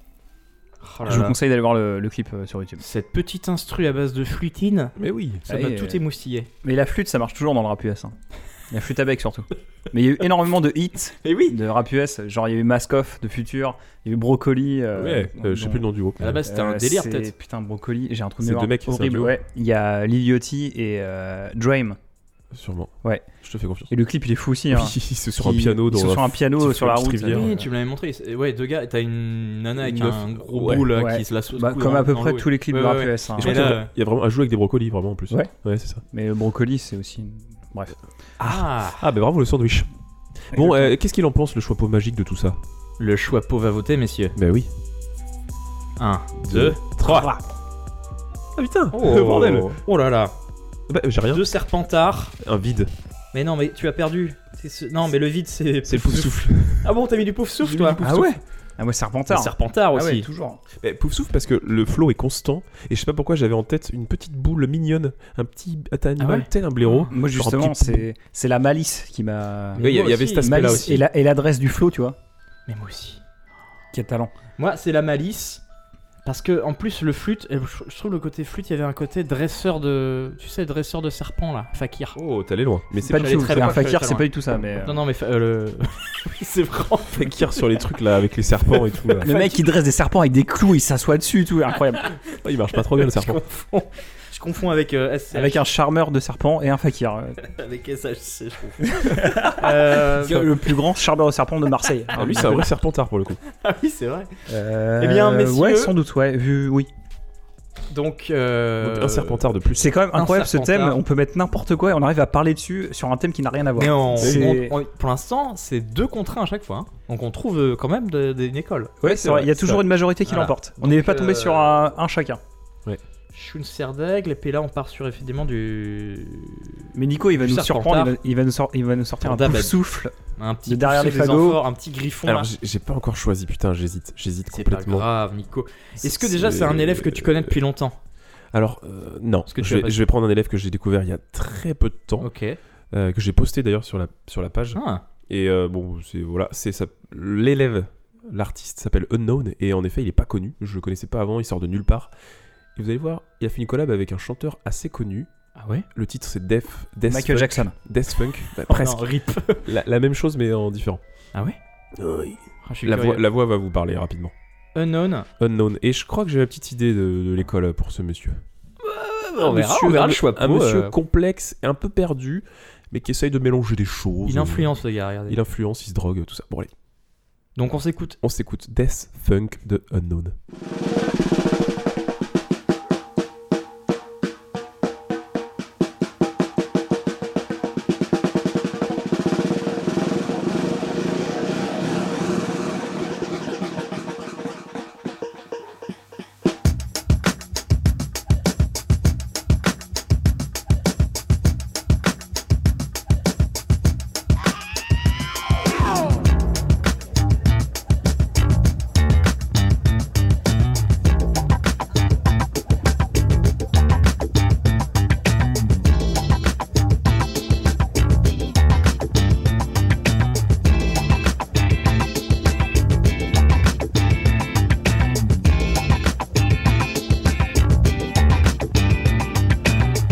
Speaker 3: Oh là
Speaker 1: Je vous
Speaker 3: là.
Speaker 1: conseille d'aller voir le, le clip euh, sur YouTube.
Speaker 3: Cette petite instru à base de flutine,
Speaker 2: Mais oui.
Speaker 3: ça
Speaker 1: Ah,
Speaker 3: m'a
Speaker 1: et,
Speaker 3: tout
Speaker 1: euh,
Speaker 3: émoustillé.
Speaker 1: Mais la flûte, ça marche toujours dans le rap US. hein. La flûte à bec surtout. Mais il y a eu énormément de hits
Speaker 3: Et oui
Speaker 1: de rap US. Genre, il y a eu Mask Off de Future, il y a eu Broccoli. euh,
Speaker 2: ouais, euh, je sais
Speaker 1: dont-
Speaker 2: plus le nom du groupe.
Speaker 3: À la base, c'était
Speaker 1: Euh,
Speaker 3: un délire,
Speaker 1: c'est-
Speaker 3: peut-être.
Speaker 1: Putain, Brocoli, j'ai un truc de
Speaker 2: C'est
Speaker 1: mémoire
Speaker 2: deux mecs, c'est un
Speaker 1: horrible.
Speaker 2: duo.
Speaker 1: Ouais, il y a Liliotti et euh, Drame.
Speaker 2: Sûrement.
Speaker 1: Ouais.
Speaker 2: Je te fais confiance.
Speaker 1: Et le clip, il est fou aussi. Hein.
Speaker 2: Oui, c'est sur un
Speaker 1: Qui-
Speaker 2: piano
Speaker 1: ils
Speaker 2: dans
Speaker 1: sont sur un piano
Speaker 2: petit
Speaker 1: sur la
Speaker 2: French
Speaker 1: route.
Speaker 2: Riviera.
Speaker 1: euh,
Speaker 3: Oui, tu me l'avais montré. C'est- Ouais, deux gars, t'as une nana avec
Speaker 2: Une meuf.
Speaker 3: un gros
Speaker 2: Ouais,
Speaker 3: boule là,
Speaker 1: ouais.
Speaker 3: qui se la saute.
Speaker 1: bah,
Speaker 3: le cou
Speaker 1: comme
Speaker 3: dans-
Speaker 1: à peu
Speaker 3: dans
Speaker 1: près
Speaker 3: l'eau,
Speaker 1: tous les clips
Speaker 3: Ouais,
Speaker 1: de rap
Speaker 3: ouais, ouais.
Speaker 1: US. hein.
Speaker 3: Et
Speaker 2: Je
Speaker 3: Mais
Speaker 2: crois qu'il y a-
Speaker 3: là, euh,
Speaker 2: il y a vraiment à jouer avec des brocolis, vraiment en plus.
Speaker 1: Ouais.
Speaker 2: Ouais, c'est ça.
Speaker 1: Mais le Brocoli, c'est aussi. une- Bref.
Speaker 3: Ah
Speaker 2: Ah, bah bravo le sandwich. Bon, euh, qu'est-ce qu'il en pense le choix magique de tout ça
Speaker 3: Le choix pauvre va voter, messieurs.
Speaker 2: Bah oui.
Speaker 3: 1,
Speaker 2: Deux,
Speaker 3: 2, 3.
Speaker 2: Ah putain
Speaker 3: Oh.
Speaker 2: Le bordel
Speaker 3: Oh là là.
Speaker 2: Bah, J'ai rien.
Speaker 3: Deux serpentards.
Speaker 2: Un vide.
Speaker 3: Mais non, mais tu as perdu. C'est ce- Non, mais le vide, c'est.
Speaker 2: C'est le pouf souffle.
Speaker 3: Ah bon, t'as mis du pouf souffle,
Speaker 2: J'ai
Speaker 3: toi
Speaker 2: mis du pouf
Speaker 1: Ah ouais Ah ouais, Serpentard.
Speaker 3: Le serpentard
Speaker 1: Ah ouais,
Speaker 3: aussi.
Speaker 1: toujours.
Speaker 2: Eh, pouf souffle parce que le flow est constant et je sais pas pourquoi j'avais en tête une petite boule mignonne, un petit atta animal
Speaker 3: ouais
Speaker 2: tel un blaireau.
Speaker 1: Moi,
Speaker 2: Genre un
Speaker 1: justement,
Speaker 2: petit-
Speaker 1: c'est c'est la malice qui m'a.
Speaker 3: Mais
Speaker 2: Oui, il y,
Speaker 3: moi
Speaker 2: il y avait
Speaker 3: aussi,
Speaker 2: cet aspect-là
Speaker 1: Malice
Speaker 2: aussi.
Speaker 1: et la- et l'adresse du flow, tu vois,
Speaker 3: Mais moi aussi.
Speaker 1: qui a talent.
Speaker 3: Moi, c'est la malice. Parce que, en plus, le flûte, euh, je je trouve le côté flûte, il y avait un côté dresseur de. Tu sais, dresseur de serpent là, fakir.
Speaker 2: Oh, t'allais loin. Mais c'est
Speaker 1: Pas du
Speaker 2: pas
Speaker 3: j'allais
Speaker 1: tout.
Speaker 3: très
Speaker 1: C'est
Speaker 3: loin,
Speaker 1: un
Speaker 3: j'allais
Speaker 1: fakir,
Speaker 3: très
Speaker 1: c'est
Speaker 3: loin.
Speaker 1: pas du tout ça. Mais euh,
Speaker 3: Non, non, mais. fa- euh, le... Oui, c'est vraiment.
Speaker 2: fakir sur les trucs là avec les serpents et tout. là.
Speaker 1: le mec, il dresse des serpents avec des clous, il s'assoit dessus, et tout, incroyable.
Speaker 2: Oh, il marche pas trop bien le
Speaker 3: Je
Speaker 2: serpent.
Speaker 3: confonds, je confonds avec euh, SCH.
Speaker 1: Avec un charmeur de serpent et un fakir. euh,
Speaker 3: Avec SHC, je confonds. Euh,
Speaker 1: Le le plus grand charbeur de serpent de Marseille. hein.
Speaker 2: Ah, lui, c'est un vrai serpentard pour le coup.
Speaker 3: Ah oui, c'est vrai.
Speaker 1: Euh,
Speaker 3: Eh bien, messieurs-
Speaker 1: Ouais, sans doute, ouais. Vu, oui.
Speaker 3: Donc.
Speaker 2: Donc,
Speaker 3: euh,
Speaker 2: un serpentard de plus.
Speaker 1: C'est quand même
Speaker 3: Un
Speaker 1: incroyable ce thème.
Speaker 3: serpentard.
Speaker 1: On peut mettre n'importe quoi et on arrive à parler dessus sur un thème qui n'a rien à voir.
Speaker 3: Mais on-
Speaker 1: C'est-
Speaker 3: on- on- pour l'instant, c'est deux contre un à chaque fois. hein. Donc on trouve euh, quand même de- de- une école.
Speaker 1: Ouais, c'est vrai. Il y a
Speaker 2: c'est
Speaker 1: toujours
Speaker 2: vrai.
Speaker 1: une majorité qui
Speaker 3: Voilà.
Speaker 1: l'emporte. On
Speaker 3: Donc,
Speaker 1: n'est pas tombé
Speaker 3: euh,
Speaker 1: sur un, un chacun.
Speaker 3: Serdaigle et puis là on part sur effectivement du.
Speaker 1: Mais Nico, il va
Speaker 3: du
Speaker 1: nous
Speaker 3: serpentard.
Speaker 1: surprendre. Il va, il va nous, sor- il va nous sortir un
Speaker 3: Panda
Speaker 1: pouf
Speaker 3: Bad.
Speaker 1: souffle.
Speaker 3: Un
Speaker 1: De
Speaker 3: petit
Speaker 1: derrière
Speaker 3: pousseux
Speaker 1: les
Speaker 3: des
Speaker 1: fagots.
Speaker 3: amphores, un petit griffon. là.
Speaker 2: Alors, j'ai- j'ai pas encore choisi, putain, j'hésite. J'hésite
Speaker 3: C'est pas
Speaker 2: complètement.
Speaker 3: grave, Nico. Est-ce que déjà c'est un élève que tu connais depuis longtemps
Speaker 2: Alors, euh, non.
Speaker 3: Parce que tu
Speaker 2: je,
Speaker 3: as
Speaker 2: vais,
Speaker 3: pas-
Speaker 2: je vais prendre un élève que j'ai découvert il y a très peu de temps,
Speaker 3: Ok.
Speaker 2: euh, que j'ai posté d'ailleurs sur la, sur la page.
Speaker 3: Ah,
Speaker 2: Et euh, bon, c'est voilà, c'est ça. L'élève, l'artiste s'appelle Unknown et en effet, il est pas connu. Je le connaissais pas avant. Il sort de nulle part. Et vous allez voir, il a fait une collab avec un chanteur assez connu.
Speaker 3: ah ouais
Speaker 2: Le titre c'est Death, Death
Speaker 1: Michael
Speaker 2: Funk.
Speaker 1: Jackson.
Speaker 2: Death Funk, Bah,
Speaker 3: Oh
Speaker 2: presque.
Speaker 3: non, rip.
Speaker 2: la, la même chose mais en différent.
Speaker 3: Ah ouais Ah, je suis
Speaker 2: La voix,
Speaker 3: curieux.
Speaker 2: la voix va vous parler rapidement.
Speaker 3: Unknown.
Speaker 2: Unknown. Et je crois que j'ai la petite idée de, de l'école pour ce monsieur.
Speaker 3: on verra, on verra le choix
Speaker 2: Un
Speaker 3: pro,
Speaker 2: monsieur
Speaker 3: euh.
Speaker 2: complexe et un peu perdu, mais qui essaye de mélanger des choses.
Speaker 3: Il influence le gars, regardez.
Speaker 2: Il influence, il se drogue, tout ça. Bon allez,
Speaker 3: Donc on s'écoute.
Speaker 2: on s'écoute Death Funk de Unknown.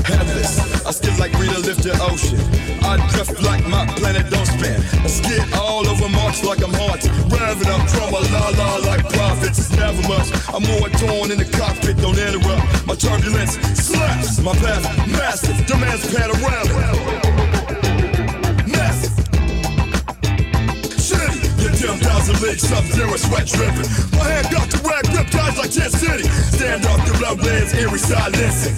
Speaker 5: headless. I skip like Rita lift the ocean. I drift like my planet don't spin. I skid all over March like I'm haunted. Revving up from a la la like profits. It's never much. I'm more torn in the cockpit. Don't interrupt. My turbulence slaps. My path massive. Demands panoramic. Massive. Shitty. Your 10,000 leagues sub-zero sweat dripping. My hand got the rag riptides like Jet City. Stand off the lands, eerie silencing.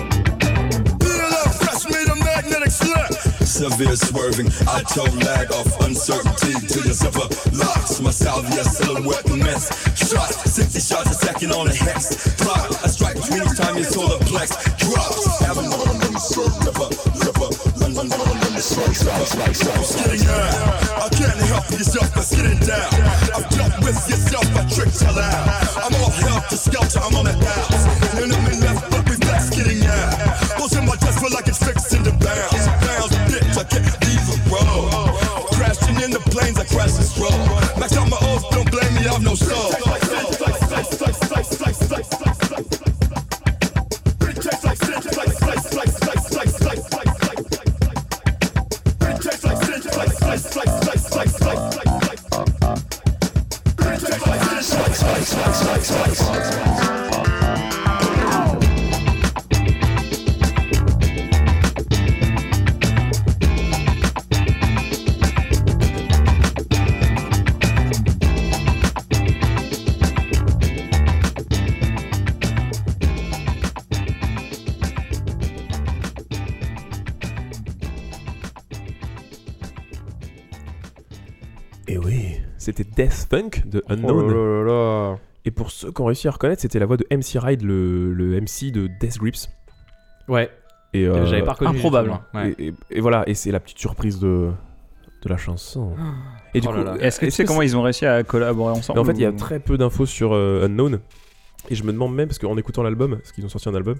Speaker 5: Feel up, fresh made a magnetic slip. Severe swerving, I toe lag off uncertainty to the zipper locks. My salvia silhouette mess. Shots, 60 shots attacking on a hex. Clock, I strike between each time your solar plex. Drops, Avalon on the surf river, river, London on the surf Getting down, I can't help yourself, but getting down. I've dealt with yourself, I tricked you out. I'm all help to skelter, I'm on the house. And I'm in left, but we flex getting down. Those in my chest feel like it's fixed in the bounds. Bounds, bitch, I can't leave the road. Crashing in the planes, I crash this road. Max out my O's, don't blame me, I've no soul.
Speaker 2: Et oui, c'était Death Funk de
Speaker 3: Eh Oh
Speaker 2: Unknown.
Speaker 3: là là là.
Speaker 2: Et pour ceux qui ont réussi à reconnaître, c'était la voix de MC Ride, le, le MC de Death Grips.
Speaker 3: Ouais,
Speaker 2: Et, euh,
Speaker 3: j'avais pas reconnu.
Speaker 1: improbable.
Speaker 3: justement. Ouais.
Speaker 2: et, et- et voilà, et c'est la petite surprise de, de la chanson. Et du
Speaker 3: Oh
Speaker 2: coup, euh,
Speaker 3: là là.
Speaker 1: Est-ce que tu sais comment ils ont réussi à collaborer ensemble
Speaker 2: Mais en fait, il y a
Speaker 1: ou-
Speaker 2: très peu d'infos sur euh, Unknown. Et je me demande même, parce qu'en écoutant l'album, parce qu'ils ont sorti un album,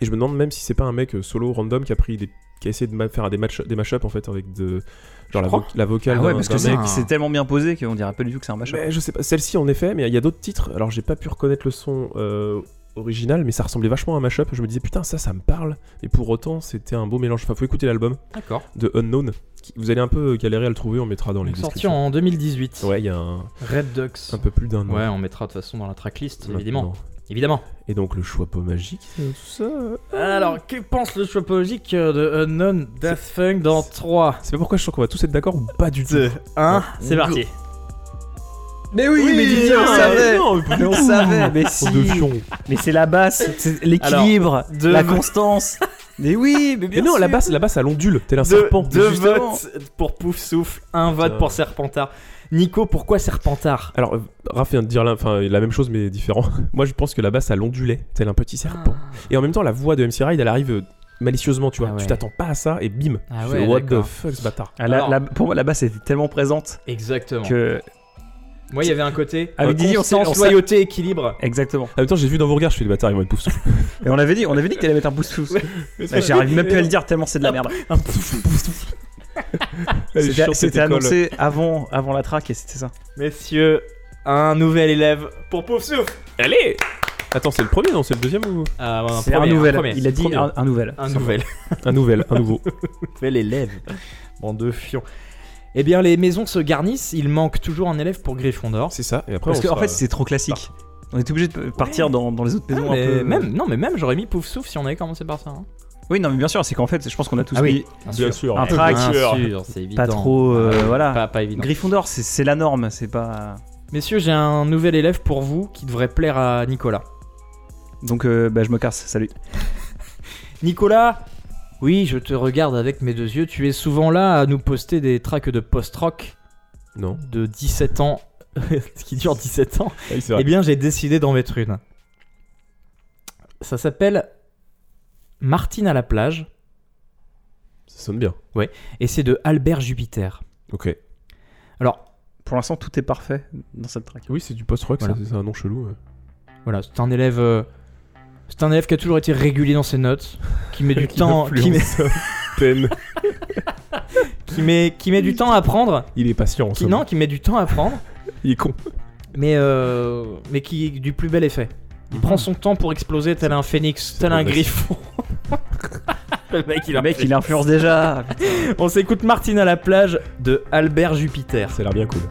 Speaker 2: et je me demande même si c'est pas un mec euh, solo random qui a pris des qui a essayé de ma- faire des match des mashups en fait avec de genre la, vo- la vocale
Speaker 1: Ah ouais,
Speaker 2: d'un-
Speaker 1: parce
Speaker 2: d'un
Speaker 1: que c'est
Speaker 2: mec.
Speaker 1: c'est tellement bien posé qu'on dirait pas du tout que c'est un machin.
Speaker 2: Mais je sais pas celle-ci en effet mais il y a d'autres titres alors j'ai pas pu reconnaître le son euh, original mais ça ressemblait vachement à un mashup je me disais putain ça ça me parle et pour autant c'était un beau mélange enfin faut écouter l'album
Speaker 3: D'accord.
Speaker 2: de Unknown qui- vous allez un peu galérer à le trouver on mettra dans les
Speaker 3: Donc, Sorti
Speaker 2: descriptions
Speaker 3: en 2018.
Speaker 2: ouais il y a un,
Speaker 3: Red Ducks.
Speaker 2: un peu plus d'un an
Speaker 3: Ouais, on mettra de toute façon dans la tracklist, évidemment.
Speaker 2: maintenant.
Speaker 3: Évidemment.
Speaker 2: et donc le choix pas magique c'est tout ça
Speaker 3: Alors, que pense le choix logique de Unknown Death Funk dans 3,
Speaker 2: c'est pas pourquoi je sens qu'on va tous être d'accord ou pas du tout
Speaker 3: 2, 1 C'est
Speaker 2: Go.
Speaker 3: parti.
Speaker 1: Mais oui, mais
Speaker 3: Didier, on
Speaker 2: Ah,
Speaker 3: savait.
Speaker 2: non, mais-
Speaker 1: on savait, mais
Speaker 2: Pour de fion.
Speaker 1: Mais c'est la basse, c'est l'équilibre,
Speaker 3: de-
Speaker 1: la constance. Mais oui, mais bien
Speaker 2: mais non
Speaker 1: sûr.
Speaker 2: la basse la basse elle ondule tel un
Speaker 3: Deux,
Speaker 2: serpent
Speaker 3: deux
Speaker 1: justement.
Speaker 3: votes pour Pouf Souffle, un vote
Speaker 2: Putain.
Speaker 3: pour Serpentard. Nico, pourquoi Serpentard
Speaker 2: Alors, euh, Raph vient de dire la, enfin, la même chose mais différent. Moi, je pense que la basse, elle ondulait, tel un petit serpent. Et en même temps, la voix de MC Ride, elle arrive euh, malicieusement, tu vois.
Speaker 3: Ah ouais.
Speaker 2: Tu t'attends pas à ça et bim.
Speaker 3: Ah
Speaker 2: tu
Speaker 3: ouais,
Speaker 2: fais, What the
Speaker 3: d'accord.
Speaker 2: fuck, ce bâtard
Speaker 1: Ah, la-
Speaker 3: Alors-
Speaker 1: la- pour moi, la basse était tellement présente
Speaker 3: Exactement.
Speaker 1: que.
Speaker 3: Moi, il y avait un côté
Speaker 1: Avec
Speaker 3: euh,
Speaker 1: Didier, on s'est-
Speaker 3: constance,
Speaker 1: on s'est-
Speaker 3: loyauté, équilibre.
Speaker 1: Exactement.
Speaker 2: En même temps, j'ai vu dans vos regards, je fais le bâtard, il va être pouf souffle.
Speaker 1: Et on avait dit, on avait dit que t'allais mettre un pouce pouce.
Speaker 3: Bah,
Speaker 1: Bah, J'arrive même plus à le dire tellement c'est de la merde.
Speaker 2: Un pouf souffle, pouf souffle. Elle est
Speaker 1: C'était
Speaker 2: chiante, cette
Speaker 1: c'était
Speaker 2: école.
Speaker 1: annoncé avant, avant la track et c'était ça.
Speaker 3: Messieurs, un nouvel élève pour Pouf Souffle.
Speaker 2: Allez Attends, c'est le premier, non C'est le deuxième ou
Speaker 3: Ah, ouais,
Speaker 1: C'est un
Speaker 3: premier,
Speaker 1: nouvel.
Speaker 3: premier.
Speaker 1: Il a dit
Speaker 2: premier.
Speaker 1: un, un nouvel.
Speaker 3: un nouvel.
Speaker 2: Un nouvel, un nouveau.
Speaker 3: nouvel élève. Bande de fions. Eh bien, les maisons se garnissent. Il manque toujours un élève pour Gryffondor.
Speaker 2: C'est ça. Et après,
Speaker 1: Parce
Speaker 2: on
Speaker 1: que en
Speaker 2: sera-
Speaker 1: fait, c'est trop classique. On est obligé de partir dans, dans les autres maisons
Speaker 3: Ah, mais
Speaker 1: un peu.
Speaker 3: même, non, mais même, j'aurais mis Pouf Souffle si on avait commencé par ça. hein.
Speaker 1: Oui, non, mais bien sûr, c'est qu'en fait, je pense qu'on a tous
Speaker 3: Ah oui.
Speaker 1: mis
Speaker 3: Bien
Speaker 2: Bien
Speaker 3: sûr.
Speaker 2: sûr.
Speaker 1: un
Speaker 2: Ouais.
Speaker 1: track.
Speaker 3: Bien
Speaker 2: sûr.
Speaker 3: sûr, c'est évident.
Speaker 1: Pas trop. euh,
Speaker 3: Ah oui,
Speaker 1: voilà.
Speaker 3: Pas, pas évident.
Speaker 1: Gryffondor, c'est- c'est la norme, c'est pas.
Speaker 3: Messieurs, j'ai un nouvel élève pour vous qui devrait plaire à Nicolas.
Speaker 1: Donc, euh, bah, je me casse, salut.
Speaker 3: Nicolas, Oui, je te regarde avec mes deux yeux. Tu es souvent là à nous poster des tracks de post-rock
Speaker 2: Non.
Speaker 3: de 17 ans, ce qui dure 17 ans.
Speaker 2: Ah oui, c'est
Speaker 3: Eh
Speaker 2: vrai.
Speaker 3: bien, j'ai décidé d'en mettre une. Ça s'appelle Martine à la plage
Speaker 2: Ça sonne bien.
Speaker 3: et c'est de Albert Jupiter.
Speaker 2: Ok.
Speaker 3: Alors,
Speaker 1: Pour l'instant, tout est parfait dans cette track.
Speaker 2: Oui, c'est du post-rock, ça,
Speaker 3: Voilà.
Speaker 2: c'est un nom chelou. ouais.
Speaker 3: Voilà, c'est un élève. euh, c'est un élève qui a toujours été régulier dans ses notes, qui met du
Speaker 2: Qui
Speaker 3: temps, qui met,
Speaker 2: influence Peine.
Speaker 3: qui met, qui met du temps à apprendre,
Speaker 2: Il est patient en
Speaker 3: qui
Speaker 2: somme.
Speaker 3: non, qui met du temps à apprendre,
Speaker 2: Il est con.
Speaker 3: mais euh, mais qui est du plus bel effet. Il prend son temps pour exploser tel un phénix, tel un
Speaker 2: progressif.
Speaker 3: griffon. Le mec, il
Speaker 1: Le
Speaker 3: a
Speaker 1: mec, il influence déjà.
Speaker 3: On s'écoute Martine à la plage de Albert Jupiter.
Speaker 2: Ça a l'air bien cool.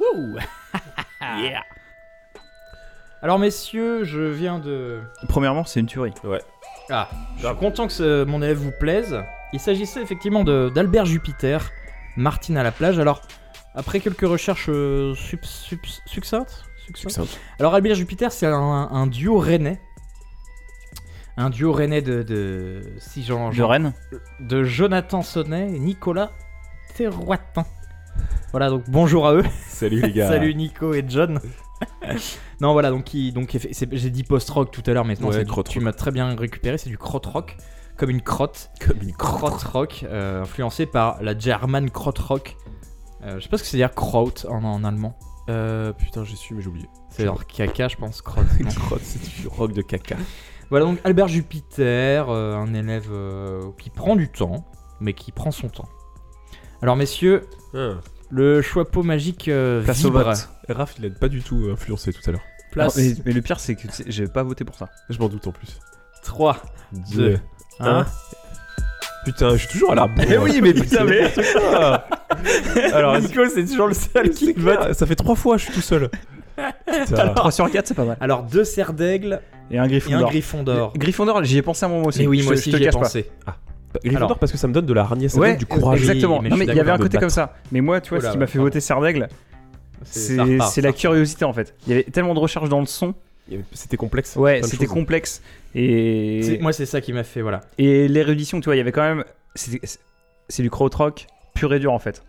Speaker 3: Wouh
Speaker 1: Ah.
Speaker 3: Yeah Alors messieurs, je viens de...
Speaker 1: Premièrement, c'est une tuerie.
Speaker 3: Ah, je suis
Speaker 2: Grave.
Speaker 3: content que ce- mon élève vous plaise. Il s'agissait effectivement de- d'Albert Jupiter, Martine à la plage. Alors, après quelques recherches euh, subs- subs- succinctes, succinctes alors Albert Jupiter, c'est un, un duo rennais. Un duo rennais de... de si j'en-
Speaker 1: De
Speaker 3: j'en-
Speaker 1: Rennes
Speaker 3: de Jonathan Sonnet et Nicolas Terroitin. Voilà, donc bonjour à eux.
Speaker 2: Salut les gars.
Speaker 3: Salut Nico et John. non, voilà, donc, qui, donc eff- c'est- j'ai dit post-rock tout à l'heure, mais non,
Speaker 2: Ouais,
Speaker 3: c'est du-
Speaker 2: crotte
Speaker 3: tu
Speaker 2: rock.
Speaker 3: m'as très bien récupéré, c'est du crotte-rock, comme une crotte.
Speaker 2: Comme une
Speaker 3: Crotte rock, euh, influencé par la German crotte rock. Euh, je sais pas ce que c'est dire Kraut en, en allemand.
Speaker 2: Euh, putain, j'ai su, mais j'ai oublié.
Speaker 3: C'est genre caca, je pense, crotte. non.
Speaker 2: Crotte, c'est du rock de caca.
Speaker 3: Voilà donc Albert Jupiter, euh, un élève euh, qui prend du temps, mais qui prend son temps. Alors messieurs, le choix pot magique euh,
Speaker 1: Place au
Speaker 3: vibre.
Speaker 1: vote.
Speaker 2: Raph, il a pas du tout euh, influencé tout à l'heure.
Speaker 3: Place
Speaker 1: Non, mais, mais le pire, c'est que c'est- j'ai pas voté pour ça.
Speaker 2: Je m'en doute en plus.
Speaker 3: 3, Deux.
Speaker 2: Deux. Un. Putain, je suis toujours à la bourre.
Speaker 3: Eh
Speaker 1: Mais oui, mais putain, mais-
Speaker 2: Alors,
Speaker 3: Nico, c'est toujours le seul Hein qui
Speaker 2: c'est
Speaker 3: vote.
Speaker 2: clair, ça fait trois fois, je suis tout seul. Putain.
Speaker 1: 3 sur 4, c'est pas mal.
Speaker 3: Alors deux cerfs d'aigle
Speaker 1: Ah. Et un griffon
Speaker 3: et un
Speaker 1: d'or.
Speaker 3: griffon d'or.
Speaker 1: Griffon d'or, j'y ai pensé un moment aussi.
Speaker 3: Et oui, moi
Speaker 1: je,
Speaker 3: aussi
Speaker 1: je te
Speaker 3: j'y ai
Speaker 1: cache pas.
Speaker 3: pensé.
Speaker 2: Gryffondor
Speaker 3: Alors.
Speaker 2: parce que ça me donne de la hargne, ça me
Speaker 1: Ouais,
Speaker 2: donne du courage.
Speaker 1: exactement.
Speaker 3: Oui, mais
Speaker 1: non,
Speaker 3: je
Speaker 1: mais
Speaker 3: suis
Speaker 1: il y avait
Speaker 2: d'accord
Speaker 1: un
Speaker 2: de
Speaker 1: côté comme
Speaker 2: battre.
Speaker 1: ça. Mais moi, tu vois,
Speaker 3: Oh là
Speaker 1: ce qui
Speaker 3: là,
Speaker 1: m'a fait
Speaker 3: pardon.
Speaker 1: voter Serdaigle,
Speaker 3: ça
Speaker 1: c'est
Speaker 3: repart,
Speaker 1: c'est
Speaker 3: ça
Speaker 1: la
Speaker 3: repart.
Speaker 1: curiosité en fait. Il y avait tellement de recherche dans le son.
Speaker 2: Il y avait- C'était complexe.
Speaker 1: Ouais,
Speaker 2: plein de
Speaker 1: c'était
Speaker 2: choses.
Speaker 1: complexe.
Speaker 3: C'est-
Speaker 1: Et,
Speaker 3: Moi c'est ça qui m'a fait voilà.
Speaker 1: et l'érudition, tu vois, il y avait quand même. c'était- c'est- C'est du crotrock pur et dur en fait.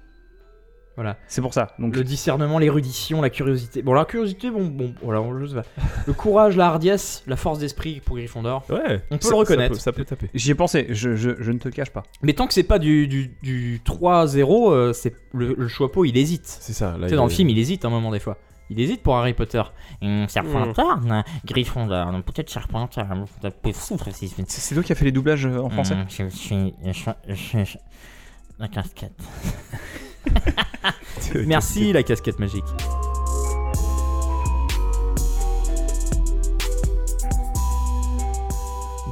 Speaker 3: Voilà.
Speaker 1: C'est pour ça. Donc,
Speaker 3: Le discernement, l'érudition, la curiosité. Bon la curiosité, bon bon voilà, on le sait pas. Le courage, la hardiesse, la force d'esprit pour Gryffondor.
Speaker 2: Ouais.
Speaker 3: On peut
Speaker 2: Ça-
Speaker 3: le reconnaître.
Speaker 2: Ça peut, ça peut taper.
Speaker 1: J'y ai pensé, je, je- je ne te cache pas.
Speaker 3: Mais tant que c'est pas du, du, du 3-0, euh, c'est le, le Choixpeau, il hésite.
Speaker 2: C'est ça. Là,
Speaker 3: Tu
Speaker 2: il-
Speaker 3: sais, dans le film, il hésite un moment des fois. Il hésite pour Harry Potter. Hum,
Speaker 6: Mm.
Speaker 3: Serpentard, hum, Gryffondor, hum, peut-être Serpentard, hum, peut-être Poufsouffle, si c'est-
Speaker 1: C'est toi qui as fait les doublages euh, en français
Speaker 3: Hum, je suis- je suis- je suis- La casquette. Merci la casquette magique.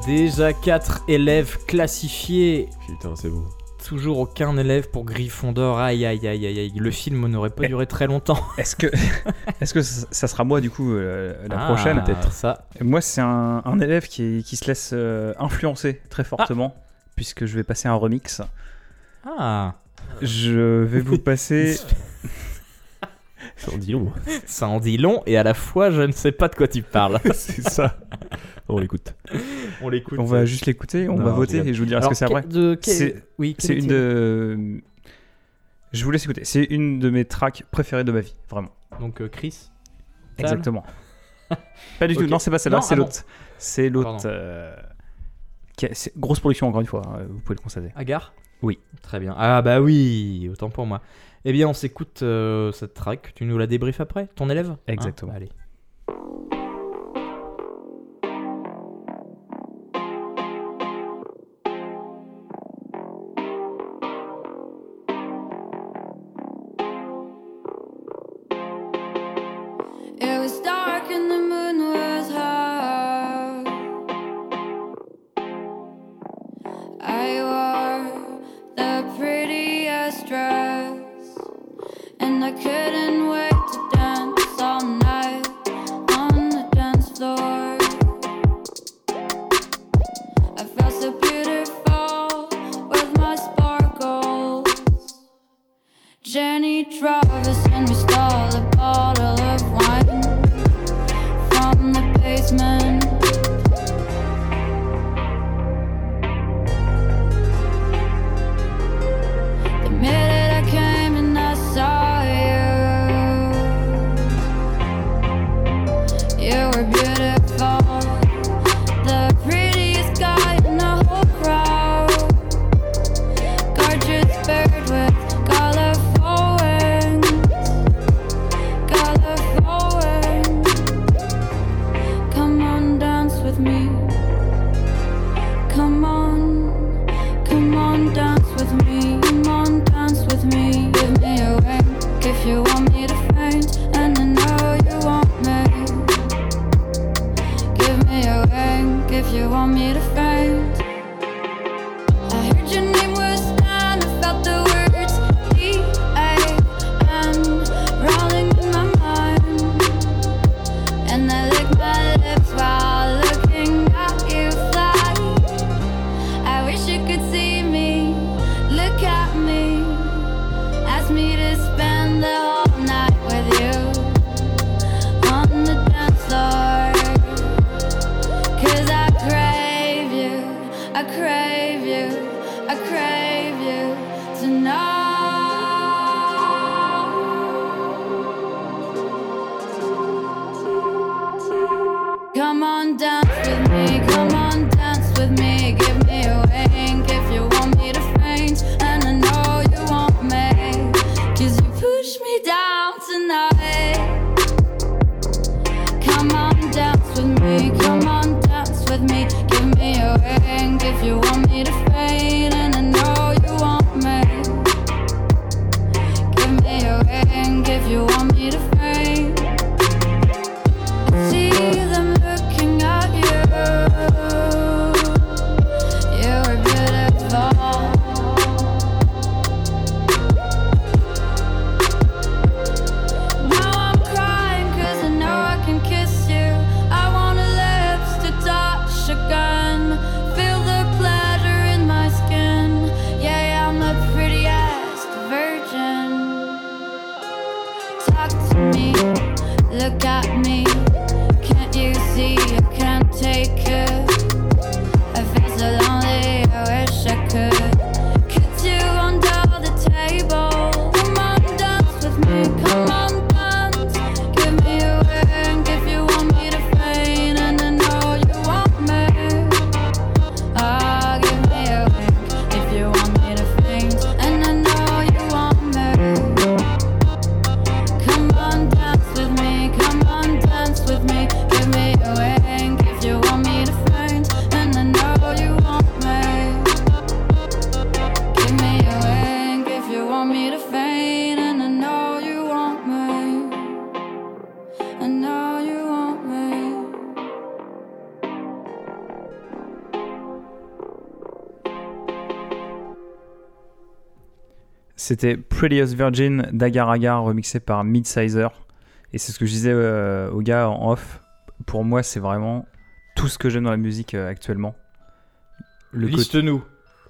Speaker 3: Déjà 4 élèves classifiés
Speaker 2: Putain, c'est beau.
Speaker 3: Toujours aucun élève pour Gryffondor. Aïe aïe aïe aïe aïe. Le film n'aurait pas
Speaker 1: Eh.
Speaker 3: duré très longtemps.
Speaker 1: Est-ce que, est-ce que ça ça sera moi du coup euh,
Speaker 3: Ah,
Speaker 1: la prochaine
Speaker 3: Ça.
Speaker 1: Moi, c'est un, un élève qui, qui se laisse euh, influencer très fortement, puisque je vais passer un remix.
Speaker 3: Ah.
Speaker 1: Je vais vous passer.
Speaker 2: Ça en dit long. hein.
Speaker 3: Ça en dit long et à la fois je ne sais pas de quoi tu parles.
Speaker 2: c'est ça. On l'écoute.
Speaker 3: on l'écoute. Euh,
Speaker 1: on va juste l'écouter, on
Speaker 2: Non,
Speaker 1: va
Speaker 2: je
Speaker 1: voter
Speaker 2: rigole.
Speaker 1: et je vous dirai ce que c'est après. C'est-
Speaker 3: Oui.
Speaker 1: C'est une de. Je vous laisse écouter. C'est une de mes tracks préférées de ma vie, vraiment.
Speaker 3: Donc euh, Chris. Tal
Speaker 1: Exactement. pas du tout.
Speaker 3: Ok.
Speaker 1: Non, c'est pas celle-là,
Speaker 3: Non,
Speaker 1: c'est
Speaker 3: ah bon.
Speaker 1: l'autre. C'est l'autre.
Speaker 3: Pardon.
Speaker 1: euh, qui a- c'est- Grosse production, encore une fois, hein, vous pouvez le constater.
Speaker 3: Agar.
Speaker 1: Oui.
Speaker 3: Très bien. Ah bah oui. Autant pour moi. Eh bien on s'écoute euh, cette track. Tu nous la débriefes après. Ton élève. Hein
Speaker 1: Exactement.
Speaker 3: Allez.
Speaker 7: It was dark and the moon was high. I wore the prettiest dress, and I couldn't wait to dance all night on the dance floor. I felt so beautiful with my sparkles. Jenny Travis and we stole a bottle of wine from the basement. The minute I came and I saw you, you were beautiful, the prettiest guy in the whole crowd gorgeous bird with colorful wings. Colorful wings. Come on, dance with me. Come on, come on, dance with me. Come on, dance with me. Give me a wink if you want me to faint, and I know you want me. Give me a wink if you want me to faint. I heard your name was Dan. I felt the words D A M rolling in me. Come on, dance with me. Give me a wink if you want me to faint. And I know you want me. Cause you push me down tonight. Come on, dance with me. Come on, dance with me. Give me a wink if you want me to fade. And I know you want me. Give me a ring if you want me to fade. See them looking at you. You are beautiful. Now I'm crying 'cause I know I can kiss you. I want a lips to touch again. Feel the pleasure in my skin. Yeah, yeah, I'm the prettiest virgin. Talk to me, look at me. Can't you see I can't take it? I feel so lonely, I wish I could. Could you under the table? Come on, dance with me, come on, dance. Give me a ring if you want me to faint, and I know you want me. Ah, give me a ring if you want me to faint, and I know you want me. Come on, dance with me. Come on, dance with me. Give me a wink if you want me to faint, and I know you want me. Give me a wink if you want me to faint, and I know you want me. I know you want me.
Speaker 1: C'était Prettiest Virgin d'Agar Agar remixé par Midsizer. Et c'est ce que je disais euh, aux gars en off. Pour moi, c'est vraiment tout ce que j'aime dans la musique euh, actuellement. Le, côté-
Speaker 3: Liste-nous.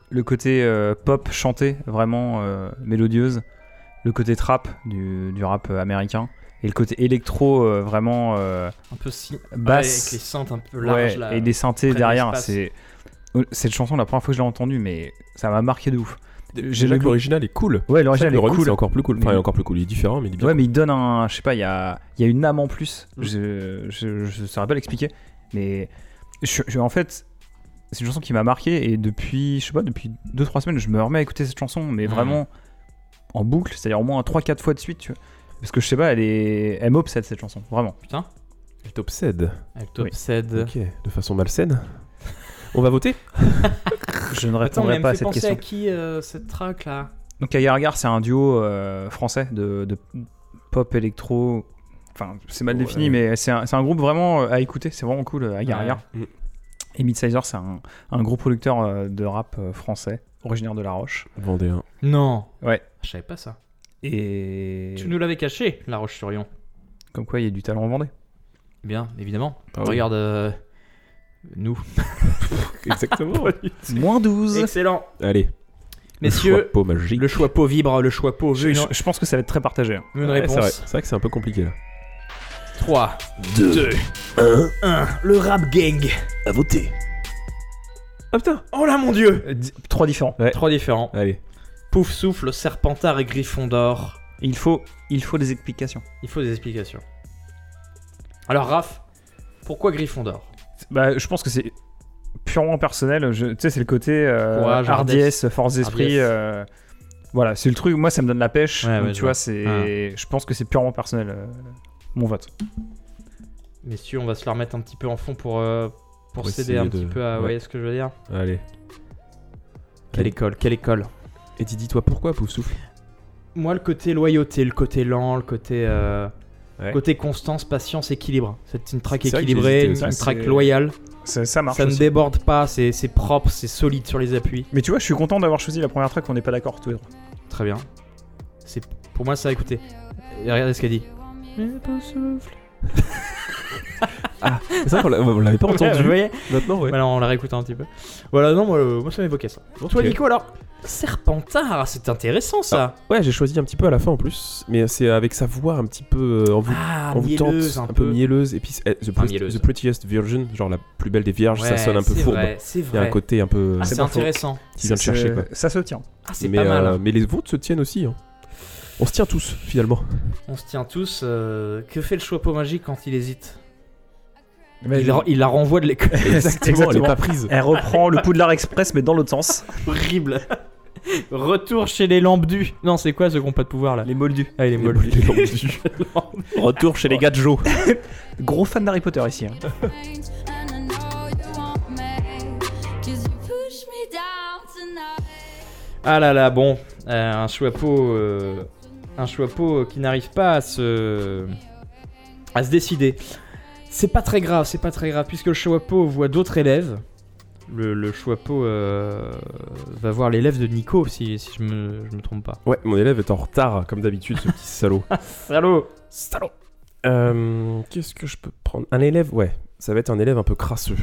Speaker 1: le côté euh, pop chanté, vraiment euh, mélodieuse. Le côté trap du, du rap euh, américain. Et le côté électro, euh, vraiment euh,
Speaker 3: Un peu si.
Speaker 1: basse.
Speaker 3: Ah Avec les synthés un peu larges
Speaker 1: Bah, Ouais,
Speaker 3: là.
Speaker 1: et des synthés
Speaker 3: près de
Speaker 1: derrière.
Speaker 3: l'espace.
Speaker 1: C'est cette chanson, la première fois que je l'ai entendue, mais ça m'a marqué de ouf. J'ai
Speaker 2: Déjà
Speaker 1: le-
Speaker 2: que l'original est cool.
Speaker 1: Ouais,
Speaker 2: C'est vrai
Speaker 1: l'original
Speaker 2: que Le
Speaker 1: Ah, est
Speaker 2: remix
Speaker 1: cool.
Speaker 2: est encore plus cool. Enfin,
Speaker 1: Mais-
Speaker 2: il est encore plus cool. Il est différent, mais il est bien.
Speaker 1: Ouais, mais il donne un. Je sais pas, il y a, il y a une âme en plus. Je, je, je saurais pas l'expliquer. Mais je, je- en fait, c'est une chanson qui m'a marqué. Et depuis, je sais pas, depuis 2-3 semaines, je me remets à écouter cette chanson. Mais
Speaker 3: Mhm.
Speaker 1: vraiment en boucle, c'est-à-dire au moins 3-4 fois de suite. tu vois. Parce que je sais pas, elle est. Elle m'obsède cette chanson, vraiment.
Speaker 2: Il t'obsède.
Speaker 3: Elle t'obsède.
Speaker 2: Ok. De façon malsaine. On va voter
Speaker 1: Je ne
Speaker 3: Attends, mais
Speaker 1: répondrai
Speaker 3: elle
Speaker 1: pas
Speaker 3: me
Speaker 1: à
Speaker 3: fait
Speaker 1: cette
Speaker 3: penser
Speaker 1: question.
Speaker 3: à qui euh, cette track là
Speaker 1: Donc, Agar Agar, c'est un duo euh, français de, de pop électro. Enfin, c'est mal
Speaker 2: Ouais.
Speaker 1: défini, mais c'est un, c'est un groupe vraiment euh, à écouter. C'est vraiment cool, euh, Agar
Speaker 3: Ouais.
Speaker 1: Agar.
Speaker 2: Mm.
Speaker 1: Et Midsizer, c'est un, un gros producteur euh, de rap euh, français, originaire de La Roche.
Speaker 2: Vendéen.
Speaker 3: Non.
Speaker 1: Ouais.
Speaker 3: Je savais pas ça.
Speaker 1: Et
Speaker 3: Tu nous l'avais caché, La Roche-sur-Yon. Eh
Speaker 1: comme quoi, il y a du talent en Vendée.
Speaker 3: Bien, évidemment.
Speaker 2: Ah oui.
Speaker 3: Regarde. euh, Nous.
Speaker 2: Exactement.
Speaker 1: Moins 12
Speaker 3: Excellent.
Speaker 2: Allez.
Speaker 3: Messieurs,
Speaker 2: Le choix peau magique.
Speaker 3: Le choix peau vibre, le choix peau
Speaker 1: je,
Speaker 3: veut une,
Speaker 1: je- je pense que ça va être très partagé. hein.
Speaker 3: une
Speaker 2: Ouais, c'est vrai.
Speaker 3: réponse.
Speaker 2: C'est vrai que c'est un peu compliqué là.
Speaker 3: 3, 2, 1. Le rap gang.
Speaker 8: À voter.
Speaker 2: Ah putain
Speaker 3: Oh là mon dieu
Speaker 1: Euh, di- Trois différents.
Speaker 3: Trois différents.
Speaker 2: Allez.
Speaker 3: Pouf souffle, serpentard et griffon d'or.
Speaker 1: Il faut, il faut des explications.
Speaker 3: Il faut des explications. Alors Raph, pourquoi griffon d'or
Speaker 1: Bah, je pense que c'est purement personnel. Je- Tu sais, c'est le côté euh,
Speaker 3: Courage,
Speaker 1: hardiesse, force d'esprit.
Speaker 3: hardiesse.
Speaker 1: euh, voilà, c'est le truc. Moi, ça me donne la pêche.
Speaker 3: Ouais,
Speaker 1: donc,
Speaker 3: ouais, je
Speaker 1: tu
Speaker 3: vois.
Speaker 1: vois, Ah. c'est. Je pense que c'est purement personnel. euh, mon vote.
Speaker 3: Messieurs, on va se la remettre un petit peu en fond pour, euh, pour
Speaker 2: Pour
Speaker 3: s'aider
Speaker 2: essayer
Speaker 3: un
Speaker 2: de-
Speaker 3: petit peu à...
Speaker 2: ouais.
Speaker 3: Vous voyez ce que je veux dire
Speaker 2: Allez.
Speaker 3: Quelle école, quelle école
Speaker 2: Et dis- dis-toi pourquoi Pouf Souffle
Speaker 3: Moi, le côté loyauté, le côté lent, le côté... euh,
Speaker 2: Ouais.
Speaker 3: Côté constance, patience, équilibre. C'est une track
Speaker 2: C'est vrai que
Speaker 3: équilibrée,
Speaker 2: j'hésitais
Speaker 3: une,
Speaker 2: aussi.
Speaker 3: une
Speaker 1: Ça,
Speaker 3: track
Speaker 1: c'est-
Speaker 3: loyale.
Speaker 1: Ça, ça marche.
Speaker 3: Ça ne
Speaker 1: aussi.
Speaker 3: déborde pas, c'est c'est propre, c'est solide sur les appuis.
Speaker 1: Mais tu vois, je suis content d'avoir choisi la première track. On n'est pas d'accord tous les trois.
Speaker 3: Très bien. C'est pour moi ça à écouter. Et regardez ce qu'elle dit.
Speaker 2: C'est vrai qu'on l'a- on l'avait pas
Speaker 3: Ouais,
Speaker 2: entendu.
Speaker 3: Vous voyez
Speaker 2: Maintenant, ouais.
Speaker 3: Voilà, on la réécoute un petit peu. Voilà, non, moi, euh, moi ça m'évoquait ça. Toi,
Speaker 2: Ok.
Speaker 3: Nico, alors Serpentard, ah, c'est intéressant ça.
Speaker 2: Ouais, j'ai choisi un petit peu à la fin en plus, mais c'est avec sa voix un petit peu euh, envou-
Speaker 3: Ah,
Speaker 2: envoûtante,
Speaker 3: mielleuse, Ah,
Speaker 2: un peu mielleuse, et puis eh, the, pretty-
Speaker 3: mielleuse.
Speaker 2: the Prettiest Virgin, genre la plus belle des vierges, ça
Speaker 3: Ouais,
Speaker 2: sonne un peu
Speaker 3: c'est
Speaker 2: fourbe.
Speaker 3: vrai, C'est
Speaker 2: Il y a un
Speaker 3: vrai.
Speaker 2: côté euh, un peu
Speaker 3: Ah, c'est
Speaker 1: pas faux.
Speaker 3: intéressant.
Speaker 2: qui vient de
Speaker 1: C'est-
Speaker 2: chercher quoi.
Speaker 1: Ça se tient.
Speaker 3: Ah, c'est
Speaker 2: mais,
Speaker 3: pas mal.
Speaker 2: euh,
Speaker 3: hein.
Speaker 2: mais les votes se tiennent aussi. hein. On se tient tous finalement.
Speaker 3: On se tient tous. euh, que fait le choix magique quand il hésite
Speaker 1: Mais
Speaker 3: Il, la- il la renvoie de l'école.
Speaker 2: Exactement, elle est pas prise.
Speaker 1: Elle reprend le Poudlard Express, mais dans l'autre sens.
Speaker 3: Horrible. Retour chez les lambdus. Non, c'est quoi ceux qui ont pas de pouvoir là
Speaker 1: Les moldus.
Speaker 3: Ah, il est molle.
Speaker 2: Les lambdus.
Speaker 8: Retour chez les gars de Joe.
Speaker 1: Gros fan d'Harry Potter ici. hein.
Speaker 7: And I know you want me, 'cause you push me down tonight.
Speaker 3: Ah là là, bon. Euh, un Chouapo. euh, un Chouapo qui n'arrive pas à se. à se décider. C'est pas très grave, c'est pas très grave, puisque le Chouapo voit d'autres élèves. Le, le Chouapo euh, va voir l'élève de Nico, si, si je, me, je me trompe pas.
Speaker 2: Ouais, mon élève est en retard, comme d'habitude, ce petit salaud.
Speaker 3: Salaud
Speaker 2: Salaud Euh, Qu'est-ce que je peux prendre Un élève, ouais. Ça va être un élève un peu crasseux.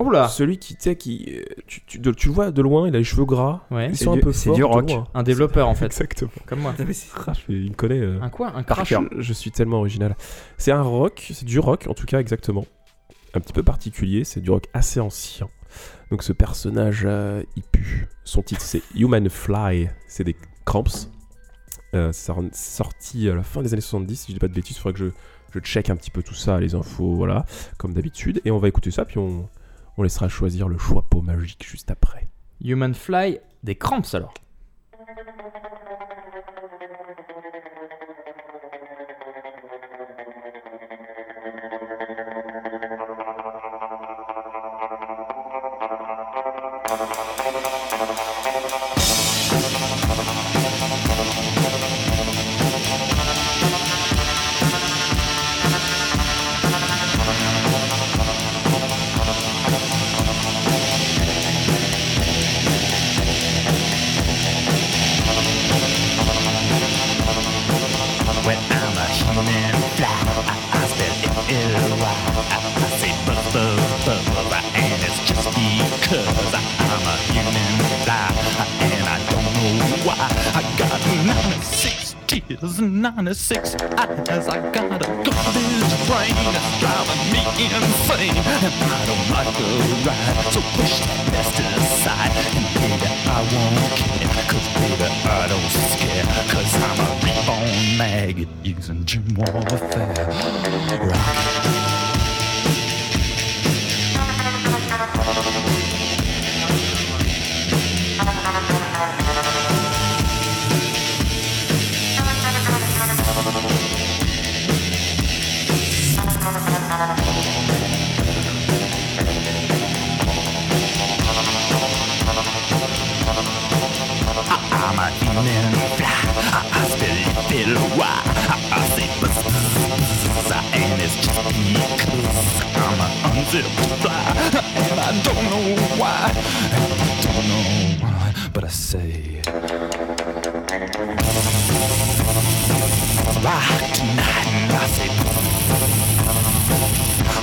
Speaker 3: Oula
Speaker 2: Celui qui, tu sais, qui. euh, Tu, tu, de- tu le vois de loin, il a les cheveux gras.
Speaker 3: Ouais,
Speaker 2: Ils
Speaker 1: C'est
Speaker 2: sont
Speaker 1: du-
Speaker 2: un peu
Speaker 1: c'est
Speaker 2: forts.
Speaker 1: du
Speaker 2: de
Speaker 1: rock.
Speaker 2: loin.
Speaker 3: un développeur en fait,
Speaker 2: Exactement.
Speaker 3: comme moi.
Speaker 2: Ah, je fais- il me connaît. euh,
Speaker 3: Un quoi Un
Speaker 2: par
Speaker 3: crash
Speaker 2: cœur. Je, je suis tellement original. C'est un rock, c'est du rock en tout cas, exactement. Un petit peu particulier, c'est du rock assez ancien. Donc ce personnage, euh, il pue. Son titre, c'est Human Fly. C'est des cramps. Euh, ça rend- sorti à la fin des années 70, si je dis pas de bêtises, il faudrait que je, je check un petit peu tout ça, les infos, voilà, comme d'habitude. Et on va écouter ça, puis on, on laissera choisir le choix pot magique juste après.
Speaker 3: Human Fly, des cramps alors.
Speaker 6: When I'm a human fly, I, I spell it L-Y. I, I say buzz, buzz, buzz, and it's just because I, I'm a human fly, and I don't know why. I got 96 tears and 96 eyes. I got a garbage brain that's driving me insane, and I don't like the ride. So push that best aside, and baby, I won't care, cause baby, I don't scare, cause I'm a reborn maggot using gym warfare. Rock. I'm a human fly. I, I spell it Bill Y. I, I say buzz, buzz, buzz, and it's just because I'm an unzipped fly, and I don't know why. And I don't know why, but I say. Rock tonight, and I say.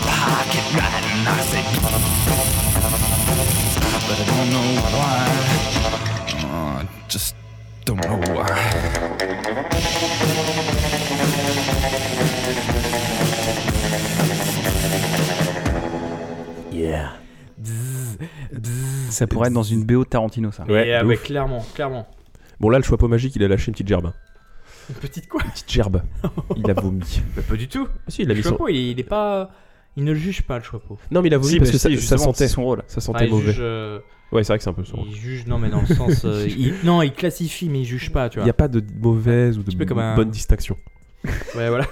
Speaker 6: Rock it right, and I say. But I don't know why. Uh, just don't know why.
Speaker 1: Ça pourrait être dans une BO de Tarantino, ça.
Speaker 2: Ouais,
Speaker 3: Et, ah
Speaker 2: de
Speaker 3: ouais,
Speaker 2: ouf.
Speaker 3: clairement, clairement.
Speaker 2: Bon là, le choix pot magique, il a lâché une petite gerbe.
Speaker 3: Une petite quoi
Speaker 2: Une petite gerbe. Il a vomi.
Speaker 3: Pas du tout.
Speaker 2: Ah si, il a
Speaker 3: Le
Speaker 2: mis son-
Speaker 3: Chopo, il, il est pas. Il ne juge pas le Chopo.
Speaker 2: Non, mais il a vomi
Speaker 1: Si,
Speaker 2: parce que
Speaker 1: bah,
Speaker 2: ça,
Speaker 1: si,
Speaker 2: ça
Speaker 1: justement,
Speaker 2: sentait.
Speaker 1: c'est son rôle.
Speaker 2: Ça
Speaker 3: Enfin,
Speaker 2: sentait
Speaker 3: il,
Speaker 2: mauvais.
Speaker 3: juge, euh,
Speaker 2: Ouais, c'est vrai que c'est un peu sombre.
Speaker 3: il juge, non mais dans le sens. euh, il- non, il classifie, mais il juge pas, tu
Speaker 2: Il
Speaker 3: vois.
Speaker 2: n'y a pas de mauvaise ou de
Speaker 3: petit peu comme un-
Speaker 2: bonne distinction.
Speaker 3: Ouais, voilà.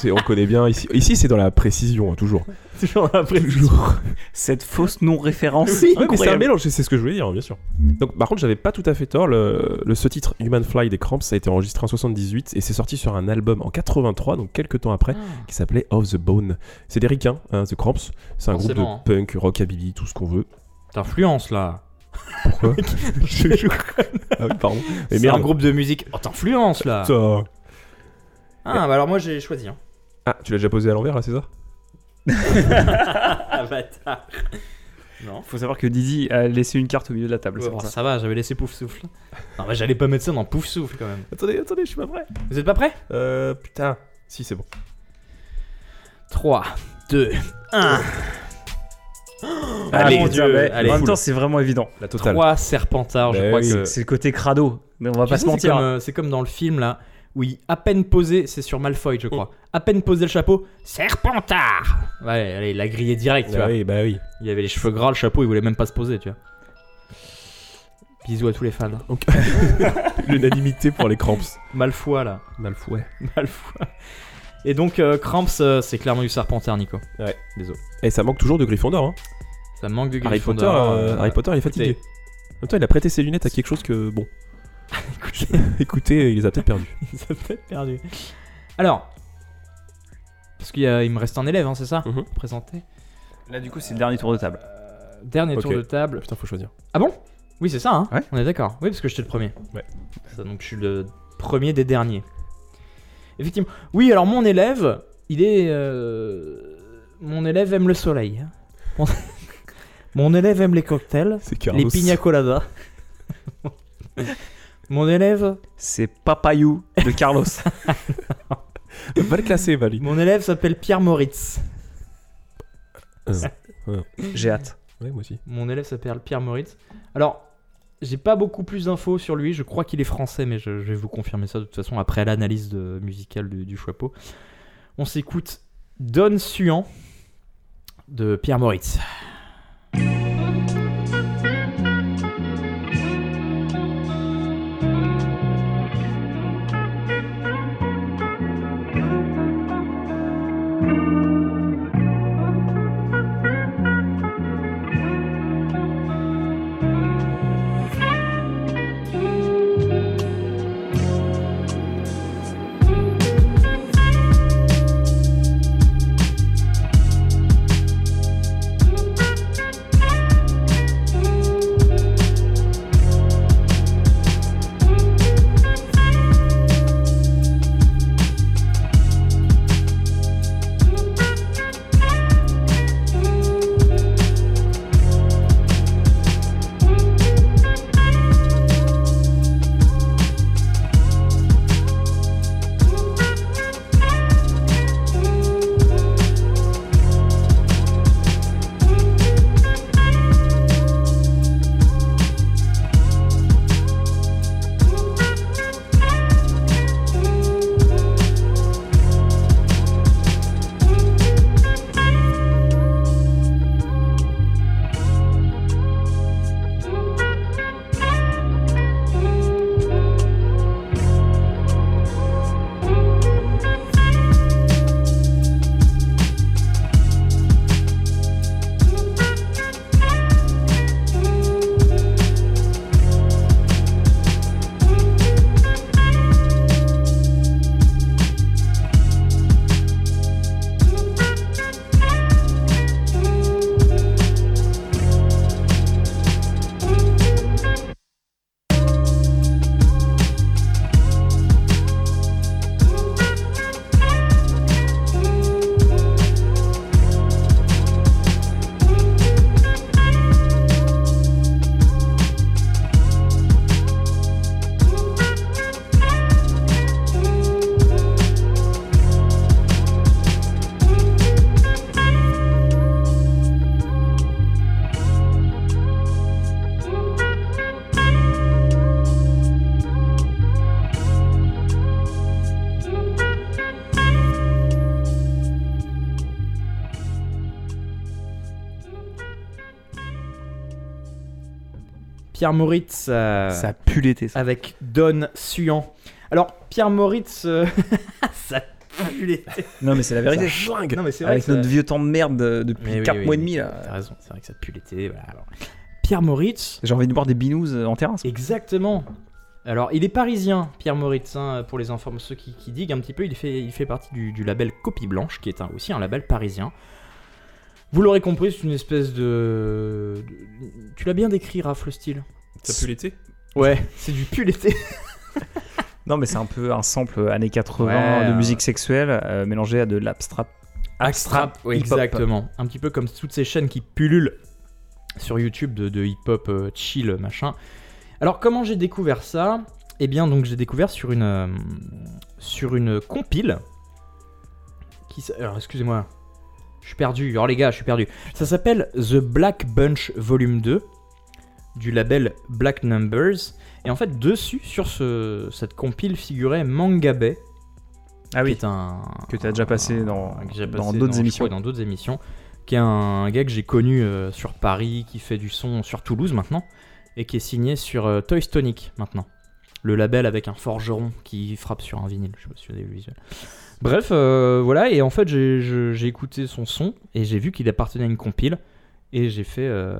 Speaker 2: C'est- on connaît bien ici. Ici, c'est dans la précision, hein, toujours.
Speaker 3: Toujours après.
Speaker 2: Toujours.
Speaker 1: Cette fausse non-référence.
Speaker 2: Ouais, mais c'est un
Speaker 1: incroyable.
Speaker 2: mélange, c'est c'est ce que je voulais dire, hein, bien sûr. Donc, par contre, j'avais pas tout à fait tort. Le, le- ce titre Human Fly des Cramps ça a été enregistré en 78 et c'est sorti sur un album en 83, donc quelques temps après,
Speaker 3: Ah.
Speaker 2: qui s'appelait Of the Bone. C'est des ricains, hein, The Cramps. C'est un groupe de
Speaker 3: Forcément, hein.
Speaker 2: punk, rockabilly, tout ce qu'on veut.
Speaker 3: T'influences là.
Speaker 2: Pourquoi Ah oui, pardon. Mais
Speaker 3: C'est
Speaker 2: merde.
Speaker 3: un groupe de musique. Oh, t'influences là.
Speaker 2: Putain.
Speaker 3: Ah, bah alors moi j'ai choisi. Hein.
Speaker 2: Ah, tu l'as déjà posé à l'envers là, c'est ça
Speaker 3: Ah, bâtard. Non.
Speaker 1: Faut savoir que Didi a laissé une carte au milieu de la table. c'est
Speaker 3: Oh,
Speaker 1: pour ça.
Speaker 3: ça va, j'avais laissé Pouf Souffle. Non, bah j'allais pas mettre ça dans Pouf Souffle quand même.
Speaker 2: Attendez, attendez, je suis pas prêt.
Speaker 3: Vous êtes pas prêts
Speaker 2: Euh, putain. Si, c'est bon.
Speaker 3: 3, 2, 1. Allez,
Speaker 1: Ah, mon Dieu,
Speaker 3: Dieu,
Speaker 1: mais
Speaker 3: allez.
Speaker 1: en même temps, c'est vraiment évident.
Speaker 2: La totale.
Speaker 3: 3 serpentards, je
Speaker 2: Bah
Speaker 3: crois
Speaker 2: oui.
Speaker 3: que.
Speaker 1: C'est le côté crado. Mais on va
Speaker 3: Tu
Speaker 1: pas
Speaker 3: sais,
Speaker 1: se
Speaker 3: C'est
Speaker 1: mentir. hein.
Speaker 3: comme, euh, c'est comme dans le film là Oui, à peine posé, c'est sur Malfoy, je crois. À peine posé le chapeau, Serpentard Ouais, allez, il l'a grillé direct, tu
Speaker 2: Bah
Speaker 3: vois.
Speaker 2: oui, bah oui.
Speaker 3: Il avait les cheveux gras, le chapeau, il voulait même pas se poser, tu vois. Bisous à tous les fans.
Speaker 2: L'unanimité pour les cramps.
Speaker 3: Malfoy, là.
Speaker 2: Malfouet.
Speaker 3: Malfoy. Et donc, euh, Cramps, euh, c'est clairement du Serpentard, Nico.
Speaker 2: Ouais.
Speaker 3: Désolé.
Speaker 2: Et ça manque toujours de Gryffondor. Hein.
Speaker 3: Ça me manque de
Speaker 2: Harry Potter,
Speaker 3: Gryffondor,
Speaker 2: euh,
Speaker 3: euh,
Speaker 2: Harry Potter, il est fatigué.
Speaker 3: écoutez.
Speaker 2: En même temps, il a prêté ses lunettes à quelque chose que bon. Écoutez, il les a peut-être perdues.
Speaker 3: Ils ont peut-être perdu. Alors, parce qu'il y a- il me reste un élève, hein, c'est ça
Speaker 2: Mhm.
Speaker 3: Présenté.
Speaker 1: Là, du coup, c'est le dernier tour de table.
Speaker 3: Dernier tour
Speaker 2: Ok.
Speaker 3: de table.
Speaker 2: Putain, faut choisir.
Speaker 3: Ah bon Oui, c'est ça, hein
Speaker 1: Ouais.
Speaker 3: On est d'accord. Oui, parce que j'étais le premier.
Speaker 2: Ouais.
Speaker 3: C'est Ça, donc je suis le premier des derniers. Effectivement. Oui, alors mon élève, il est. euh, Mon élève aime le soleil. hein. Mon, mon élève aime les cocktails,
Speaker 2: C'est
Speaker 3: les pina coladas. mon élève.
Speaker 1: C'est Papayou de Carlos.
Speaker 2: Va le classer, Vali.
Speaker 3: Mon élève s'appelle Pierre Moritz.
Speaker 1: J'ai hâte.
Speaker 2: Ouais, moi aussi.
Speaker 3: Mon élève s'appelle Pierre Moritz. Alors, j'ai pas beaucoup plus d'infos sur lui. Je crois qu'il est français, mais je, je vais vous confirmer ça de toute façon après l'analyse de- musicale du, du chapeau. On s'écoute Don Suan de Pierre Moritz. Pierre Moritz. euh,
Speaker 1: Ça pue l'été, ça.
Speaker 3: avec Don Suan. Alors, Pierre Moritz, euh, ça pue les-
Speaker 1: Non, mais c'est la vérité.
Speaker 3: Non, mais c'est vrai
Speaker 1: Avec
Speaker 3: que ça-
Speaker 1: notre vieux temps de merde euh,
Speaker 3: Mais
Speaker 1: depuis
Speaker 3: oui,
Speaker 1: 4
Speaker 3: oui,
Speaker 1: mois et
Speaker 3: oui.
Speaker 1: demi, là.
Speaker 3: T'as raison, c'est vrai que ça pue l'été. voilà, alors. Pierre Moritz,
Speaker 1: J'ai envie de boire des binous euh, en terrasse.
Speaker 3: Exactement. Alors, il est parisien, Pierre Moritz, hein, pour les informes, ceux qui, qui diguent un petit peu, il fait, il fait partie du, du label Copie Blanche, qui est un- aussi un label parisien. Vous l'aurez compris, c'est une espèce de... de- Tu l'as bien décrit, Raph, le style
Speaker 2: Ça pue l'été
Speaker 3: Ouais, c'est du pull l'été.
Speaker 1: Non, mais c'est un peu un sample euh, années 80
Speaker 3: Ouais,
Speaker 1: de
Speaker 3: euh,
Speaker 1: musique sexuelle euh, mélangée à de l'abstrap. Abstrap, hip-hop.
Speaker 3: exactement. Un petit peu comme toutes ces chaînes qui pullulent sur YouTube de, de hip-hop euh, chill, machin. Alors, comment j'ai découvert ça Eh bien, donc, j'ai découvert sur une, euh, sur une compile. Qui s- Alors, excusez-moi. Oh, Je suis perdu. Alors, les gars, je suis perdu. Ça s'appelle The Black Bunch Volume 2. du label Black Numbers. Et en fait, dessus, sur ce, cette compile, figurait Mangabe,
Speaker 1: Ah oui,
Speaker 3: qui est un
Speaker 1: que t'as déjà passé dans-
Speaker 3: que j'ai
Speaker 1: dans
Speaker 3: passé
Speaker 1: d'autres
Speaker 3: je crois,
Speaker 1: émissions.
Speaker 3: dans d'autres émissions, qui est un gars que j'ai connu euh, sur Paris, qui fait du son sur Toulouse maintenant, et qui est signé sur euh, Toys Tonic maintenant, le label avec un forgeron qui frappe sur un vinyle. Je sais pas si vous avez vu le visuel. Bref, euh, voilà, et en fait j'ai je- j'ai écouté son son et j'ai vu qu'il appartenait à une compile. Et j'ai fait, euh,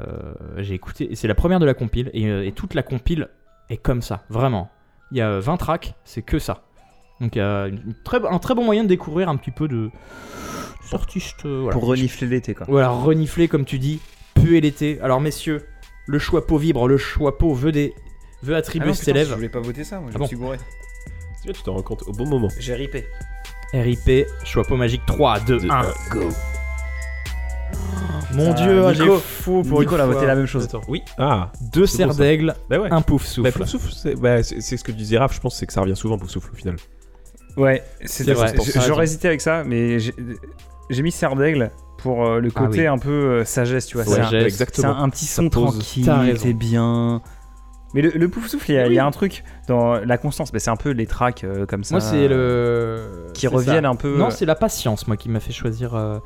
Speaker 3: j'ai écouté, et c'est la première de la compile, et, euh, et toute la compile est comme ça, vraiment. Il y a euh, 20 tracks, c'est que ça. Donc il y a une- une très, un très bon moyen de découvrir un petit peu de cet artiste. euh, voilà.
Speaker 1: Pour renifler l'été, quoi.
Speaker 3: Voilà, renifler comme tu dis, puer l'été. Alors messieurs, le choix peau vibre, le choix peau veut, des, veut
Speaker 2: Ah
Speaker 3: attribuer ses
Speaker 1: Je
Speaker 3: élèves.
Speaker 1: voulais pas voter ça,
Speaker 3: Ah
Speaker 1: moi,
Speaker 3: je Ah me
Speaker 1: je me
Speaker 3: bon.
Speaker 1: suis gouré.
Speaker 2: Tu vois, tu t'en rends compte au bon moment.
Speaker 1: J'ai ripé.
Speaker 3: RIP, choix peau magique 3, 2, 1.
Speaker 2: go.
Speaker 3: Mon dieu, ah, j'ai fou pour hein.
Speaker 1: Nico
Speaker 3: une
Speaker 1: a
Speaker 3: fois.
Speaker 1: voté la même chose.
Speaker 2: Attends, oui. Ah,
Speaker 3: Deux
Speaker 2: C'est pour
Speaker 3: serres
Speaker 2: ça.
Speaker 3: d'aigle,
Speaker 2: bah ouais.
Speaker 3: un pouf
Speaker 2: Bah,
Speaker 3: souffle.
Speaker 2: Pouf Souffle, c'est bah, c'est- c'est ce que disait Raph, je pense, c'est que ça revient souvent, Pouf Souffle, au final.
Speaker 1: Ouais, c'était
Speaker 3: vrai,
Speaker 1: je-
Speaker 3: pour ça,
Speaker 1: J'aurais
Speaker 3: raison.
Speaker 1: hésité avec ça, mais j'ai- j'ai mis Serre d'Aigle pour euh, le
Speaker 3: Ah
Speaker 1: côté
Speaker 3: oui.
Speaker 1: un peu euh, sagesse, tu vois.
Speaker 3: Ouais,
Speaker 1: c'est un-
Speaker 3: j'ai-
Speaker 1: c'est un,
Speaker 2: Exactement.
Speaker 1: un petit son
Speaker 3: pose.
Speaker 1: tranquille,
Speaker 3: T'as raison.
Speaker 1: c'est bien. Mais le, le pouf souffle, il y, a- il y a un truc dans la constance. Bah, c'est un peu les tracks euh, comme ça.
Speaker 3: Moi c'est le...
Speaker 1: Qui
Speaker 3: c'est
Speaker 1: reviennent
Speaker 3: ça.
Speaker 1: un peu. euh,
Speaker 3: Non, c'est la patience, moi, qui m'a fait choisir. euh,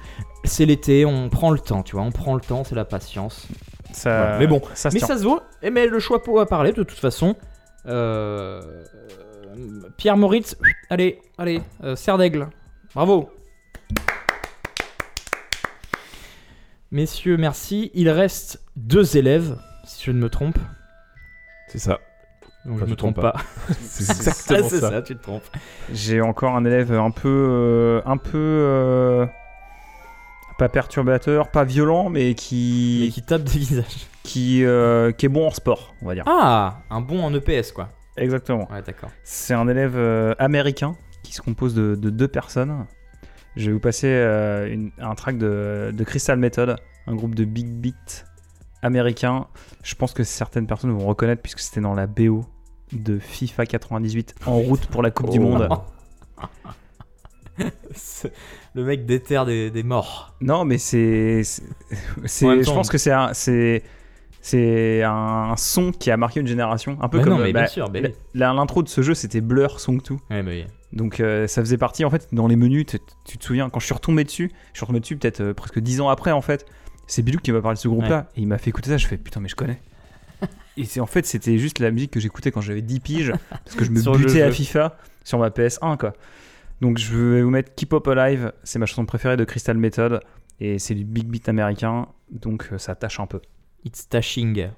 Speaker 3: C'est l'été, on prend le temps, tu vois, on prend le temps, c'est la patience.
Speaker 1: ça-
Speaker 3: Ouais, mais bon.
Speaker 1: ça se
Speaker 3: mais
Speaker 1: tient.
Speaker 3: ça se vaut, et mais le choix pour à parler, de toute façon. Euh, Pierre Moritz, allez, allez, euh, serre d'aigle, bravo. Messieurs, merci. Il reste deux élèves, si je ne me trompe.
Speaker 2: C'est ça.
Speaker 3: Donc Bah, je
Speaker 2: Toi, tu
Speaker 3: me
Speaker 2: te
Speaker 3: trompe pas.
Speaker 2: trompes pas. C'est exactement
Speaker 3: Ah, c'est
Speaker 2: ça.
Speaker 3: tu te trompes.
Speaker 1: J'ai encore un élève un peu. euh, un peu. euh, pas perturbateur, pas violent, mais
Speaker 3: Et
Speaker 1: qui.
Speaker 3: qui tape des visages.
Speaker 1: qui, euh, qui est bon en sport, on va dire.
Speaker 3: Ah, un bon en EPS, quoi.
Speaker 1: Exactement.
Speaker 3: Ouais, d'accord.
Speaker 1: C'est un élève euh, américain qui se compose de, de deux personnes. Je vais vous passer euh, une- un track de, de Crystal Method, un groupe de big beat américain. Je pense que certaines personnes vont reconnaître puisque c'était dans la BO de FIFA 98 en route pour la Coupe du
Speaker 2: Oh.
Speaker 1: Monde.
Speaker 3: C'est- Le mec déterre des, des morts.
Speaker 1: Non, mais c'est, c'est, c'est-
Speaker 3: En même
Speaker 1: je
Speaker 3: temps-
Speaker 1: pense que c'est un, c'est, c'est un son qui a marqué une génération, un peu
Speaker 3: Bah
Speaker 1: comme
Speaker 3: non, mais
Speaker 1: bah,
Speaker 3: bien sûr, bah oui.
Speaker 1: la- l'intro de ce jeu, c'était Blur Song 2.
Speaker 3: Ouais, mais
Speaker 1: Donc euh, ça faisait partie en fait dans les menus, tu- tu te souviens quand je suis retombé dessus, je suis retombé dessus peut-être euh, presque 10 ans après en fait. C'est Bilou qui m'a parlé de ce groupe là et il m'a fait écouter ça, je fais putain mais je connais. et c'est en fait c'était juste la musique que j'écoutais quand j'avais 10 piges parce que je me
Speaker 3: Sur le
Speaker 1: butais à
Speaker 3: jeu.
Speaker 1: FIFA sur ma PS1 quoi. Donc je vais vous mettre Keep Up Alive, c'est ma chanson préférée de Crystal Method et c'est du big beat américain donc euh, ça tâche un peu.
Speaker 3: it's tashing.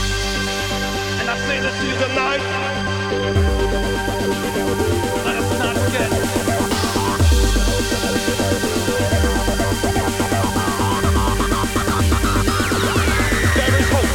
Speaker 9: And I say this to you tonight. Let us not forget. There is hope.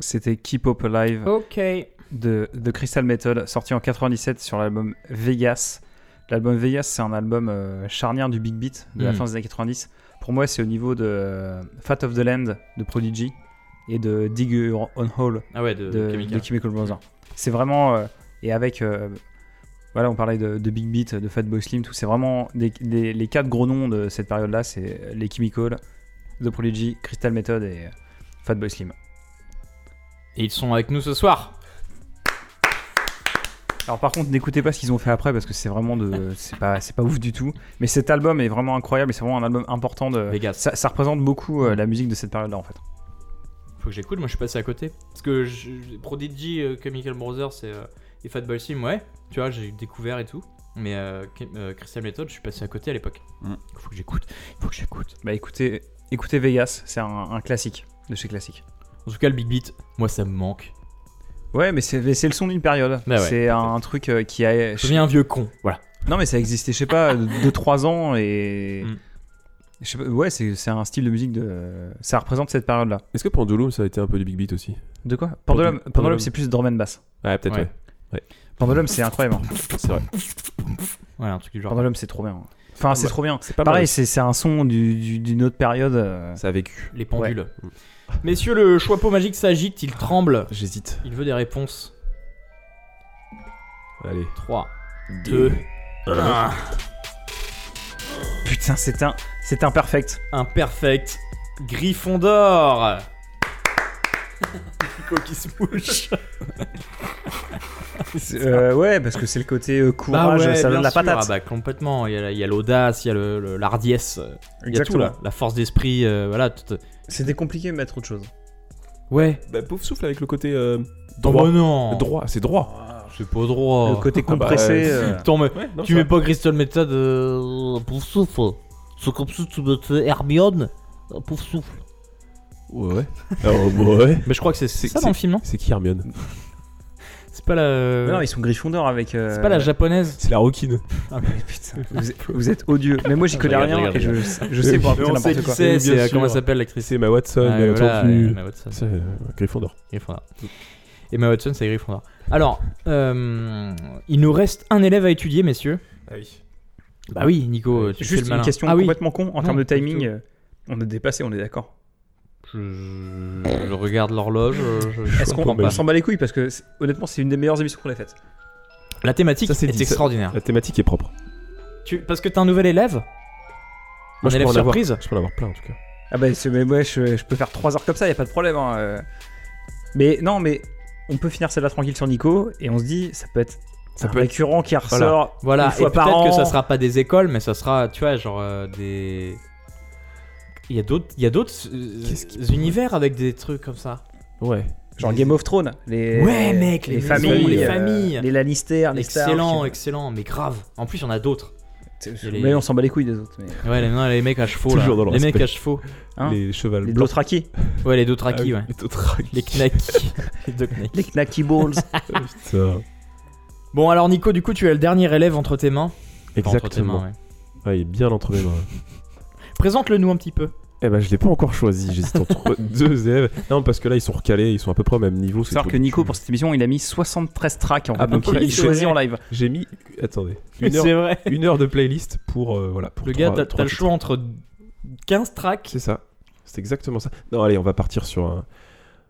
Speaker 1: C'était Keep Hope Alive
Speaker 3: Ok.
Speaker 1: de, de Crystal Method, sorti en 97 sur l'album Vegas. L'album Vegas, c'est un album euh, charnière du Big Beat de la
Speaker 3: Mm.
Speaker 1: fin des années 90. Pour moi, c'est au niveau de euh, Fat of the Land de Prodigy et de Dig Your Own Hole
Speaker 3: Ah ouais, de,
Speaker 1: de,
Speaker 3: Chemical.
Speaker 1: de Chemical Brothers. C'est vraiment. euh, et avec. euh, voilà, on parlait de, de Big Beat, de Fatboy Slim, tout. C'est vraiment. Des, des- les quatre gros noms de cette période-là c'est les Chemical, The Prodigy, Crystal Method et euh, Fatboy Slim.
Speaker 3: Et ils sont avec nous ce soir.
Speaker 1: Alors par contre, n'écoutez pas ce qu'ils ont fait après parce que c'est vraiment de, c'est pas, c'est pas ouf du tout. Mais cet album est vraiment incroyable et c'est vraiment un album important de.
Speaker 3: Vegas.
Speaker 1: Ça, ça représente beaucoup euh, la musique de cette période-là en fait.
Speaker 3: Faut que j'écoute, moi je suis passé à côté. Parce que je- Prodigy, euh, Chemical Brothers et, euh, et Fatboy Slim, ouais, tu vois, j'ai découvert et tout. Mais euh, Ke- euh, Crystal Method, je suis passé à côté à l'époque.
Speaker 8: Mm.
Speaker 3: Faut que j'écoute, faut que j'écoute.
Speaker 1: Bah écoutez, écoutez Vegas, c'est un, un classique de chez classique.
Speaker 3: En tout cas, le Big Beat, moi ça me manque.
Speaker 1: Ouais, mais c'est mais c'est le son d'une période.
Speaker 3: Ah ouais,
Speaker 1: c'est un, un truc euh, qui a.
Speaker 3: Je deviens un vieux con. Voilà.
Speaker 1: Non, mais ça existait, je sais pas, 2-3 ans et.
Speaker 3: Mm.
Speaker 1: Je sais pas, ouais, c'est c'est un style de musique de. Ça représente cette période-là.
Speaker 2: Est-ce que Pendulum ça a été un peu du big beat aussi
Speaker 1: De quoi
Speaker 2: Pendulum-
Speaker 1: Pendulum,
Speaker 2: Pendulum.
Speaker 1: Pendulum c'est plus drum and bass.
Speaker 2: Ouais, peut-être, ouais.
Speaker 3: Ouais.
Speaker 1: Pendulum, c'est incroyable. hein.
Speaker 2: C'est vrai.
Speaker 3: Ouais, un truc du genre.
Speaker 1: Pendulum, c'est trop bien. Enfin, c'est
Speaker 2: mal.
Speaker 1: trop bien.
Speaker 2: C'est pas
Speaker 1: Pareil,
Speaker 2: mal.
Speaker 1: c'est c'est un son du- du- d'une autre période. euh,
Speaker 2: Ça a vécu.
Speaker 3: Les pendules. Messieurs, le choix magique s'agite, il tremble.
Speaker 2: J'hésite.
Speaker 3: Il veut des réponses.
Speaker 2: Allez.
Speaker 3: 3, 2,
Speaker 1: Putain, c'est un, c'est imperfect.
Speaker 3: imperfect. Griffon d'or Nico qui se mouche.
Speaker 1: Euh, ouais, parce que c'est le côté euh,
Speaker 3: Bah
Speaker 1: courage,
Speaker 3: ouais,
Speaker 1: ça
Speaker 3: bien
Speaker 1: donne la
Speaker 3: sûr.
Speaker 1: patate.
Speaker 3: Ah bah complètement, il y a la- il y a l'audace, il y a le- le- l'ardiesse, euh, il y a tout
Speaker 1: Exactement.
Speaker 3: là, la force d'esprit, euh, voilà. tout-
Speaker 1: C'était compliqué de mettre autre chose.
Speaker 3: Ouais.
Speaker 2: Bah, pauvre souffle avec le côté euh,
Speaker 3: Droit.
Speaker 2: droit.
Speaker 3: non.
Speaker 2: Droit, c'est droit.
Speaker 3: C'est pas droit.
Speaker 1: Le côté
Speaker 2: Ah bah,
Speaker 1: compressé. euh,
Speaker 3: Attends, mais
Speaker 2: Ouais,
Speaker 3: tu mets pas Crystal Method euh, pour souffle. C'est comme si tu mettais Hermione euh, pour souffle.
Speaker 2: Ouais, ouais. oh, ouais.
Speaker 3: Mais je crois que c'est
Speaker 2: C'est-
Speaker 3: ça dans le film, non
Speaker 2: C'est qui Hermione
Speaker 3: C'est pas la.
Speaker 1: Non, ils sont Gryffondor avec. euh,
Speaker 3: C'est pas la japonaise.
Speaker 2: C'est la roquine.
Speaker 1: Putain, vous, êtes- vous êtes odieux. Mais moi, j'y connais
Speaker 3: Regarde,
Speaker 1: rien
Speaker 3: regarde,
Speaker 1: et je, je sais pour raconter
Speaker 2: on sait
Speaker 1: n'importe
Speaker 2: qui
Speaker 1: quoi.
Speaker 3: C'est,
Speaker 2: Oui, bien
Speaker 3: c'est, euh,
Speaker 2: sûr.
Speaker 3: comment elle s'appelle l'actrice
Speaker 2: C'est Emma Watson,
Speaker 3: Ah,
Speaker 2: bien
Speaker 3: voilà,
Speaker 2: entendu.
Speaker 3: Emma Watson.
Speaker 2: C'est euh, Gryffondor.
Speaker 3: Gryffondor. Emma Watson, c'est Gryffondor. Alors, euh, il nous reste un élève à étudier, messieurs.
Speaker 2: Ah oui.
Speaker 3: Bah oui, Nico, tu fais
Speaker 1: Juste
Speaker 3: le
Speaker 1: une
Speaker 3: malin.
Speaker 1: question
Speaker 3: ah oui.
Speaker 1: complètement con en
Speaker 3: Non,
Speaker 1: termes de
Speaker 3: pas du
Speaker 1: timing.
Speaker 3: tout.
Speaker 1: euh, On est dépassé, on est d'accord.
Speaker 3: Je, je- je regarde l'horloge. je- je- je
Speaker 1: Est-ce qu'on
Speaker 3: comprends
Speaker 1: on
Speaker 3: pas.
Speaker 1: s'en bat les couilles parce que c'est- honnêtement, c'est une des meilleures émissions qu'on ait faites.
Speaker 3: La thématique
Speaker 2: Ça, c'est
Speaker 3: est,
Speaker 2: dit, ça-
Speaker 3: extraordinaire.
Speaker 2: La thématique est propre.
Speaker 3: Tu- parce que t'es un nouvel élève
Speaker 2: Moi, je
Speaker 3: élève
Speaker 2: peux en avoir-
Speaker 3: surprise
Speaker 2: Je peux en avoir plein en tout cas.
Speaker 1: Ah bah c'est- mais ouais, je, je peux faire 3 heures comme ça, y a pas de problème. hein, euh. Mais non, mais on peut finir celle-là tranquille sur Nico et on se dit ça peut être
Speaker 2: Ça
Speaker 1: un
Speaker 2: peut être-
Speaker 1: récurrent qui
Speaker 2: Voilà.
Speaker 1: ressort
Speaker 3: Voilà,
Speaker 1: une
Speaker 3: et
Speaker 1: fois par
Speaker 3: peut-être
Speaker 1: an.
Speaker 3: que ça sera pas des écoles, mais ça sera, tu vois, genre euh, des. Il y a d'autres, il y a d'autres euh,
Speaker 2: Qu'est-ce qui
Speaker 3: univers avec des trucs comme ça.
Speaker 2: Ouais.
Speaker 1: Genre Game of Thrones, les
Speaker 3: Ouais, mec, les maisons,
Speaker 1: familles, euh,
Speaker 2: les
Speaker 3: familles.
Speaker 1: les Lannister, les Stark.
Speaker 3: excellent, excellent, mais grave. En plus, il y en a d'autres.
Speaker 1: C'est-
Speaker 3: les-
Speaker 1: Mais on s'en bat les couilles des autres. Mais...
Speaker 3: Ouais, les, non, les mecs à chevaux.
Speaker 2: Toujours
Speaker 3: là.
Speaker 2: dans le
Speaker 3: les mecs
Speaker 2: respect.
Speaker 3: à chevaux.
Speaker 1: Hein
Speaker 2: les chevals
Speaker 1: Les
Speaker 2: blancs.
Speaker 1: Dothraki,
Speaker 3: Ouais, les Dothraki,
Speaker 2: Ah,
Speaker 3: ouais.
Speaker 2: Les Dothraki.
Speaker 3: Les Knacki. les deux Knacki.
Speaker 1: les Knacky Balls.
Speaker 2: Putain.
Speaker 3: Bon, alors Nico, du coup, tu as le dernier élève entre tes mains. Enfin, entre tes
Speaker 2: Exactement.
Speaker 3: mains, ouais.
Speaker 2: Ouais, il est bien entre mes mains.
Speaker 3: Présente-le nous un petit peu.
Speaker 2: Eh ben, je l'ai pas encore choisi. J'hésite entre deux élèves. Non, parce que là, ils sont recalés. Ils sont à peu près au même niveau.
Speaker 1: Faut
Speaker 2: c'est
Speaker 1: savoir
Speaker 2: tout.
Speaker 1: que Nico, pour cette émission, il a mis 73 tracks en
Speaker 2: Ah,
Speaker 1: fait, donc
Speaker 2: donc,
Speaker 1: bah, il Ah.
Speaker 2: il
Speaker 1: choisit en live.
Speaker 2: J'ai mis. Attendez. Une heure,
Speaker 3: C'est vrai.
Speaker 2: une heure de playlist pour. euh, voilà. Pour
Speaker 3: Le
Speaker 2: trois-
Speaker 3: gars, t'as-
Speaker 2: trois
Speaker 3: t'as le
Speaker 2: titres.
Speaker 3: choix entre 15 tracks.
Speaker 2: C'est ça. C'est exactement ça. Non, allez, on va partir sur un,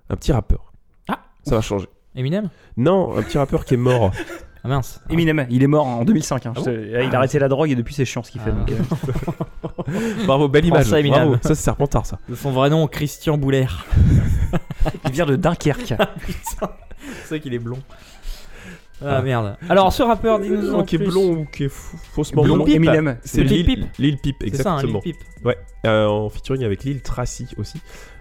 Speaker 2: un petit rappeur.
Speaker 3: Ah.
Speaker 2: Ça va changer.
Speaker 3: Eminem
Speaker 2: Non, un petit rappeur qui est mort.
Speaker 3: Ah mince.
Speaker 1: Eminem, il est mort en 2005. hein, je te- là, il a arrêté la drogue et depuis c'est chiant ce qu'il fait.
Speaker 3: Ah.
Speaker 1: donc, euh,
Speaker 2: Bravo, belle
Speaker 3: Prends
Speaker 2: image.
Speaker 3: ça, Eminem.
Speaker 2: Bravo. Ça, c'est Serpentard, ça.
Speaker 3: De son vrai nom, Christian Boulaire.
Speaker 1: il vient de Dunkerque.
Speaker 3: Putain, c'est vrai qu'il est blond. Ah, merde. Alors ce rappeur, dis-nous en
Speaker 2: qui est
Speaker 3: plus.
Speaker 2: blond ou qui est fou- faussement
Speaker 1: Blond
Speaker 2: blond.
Speaker 1: Eminem.
Speaker 2: C'est
Speaker 3: Le Lil
Speaker 2: Lil Peep. Lil Peep,
Speaker 3: C'est ça, hein,
Speaker 2: exactement.
Speaker 3: Lil Peep.
Speaker 2: Euh, en featuring avec Lil Tracy aussi.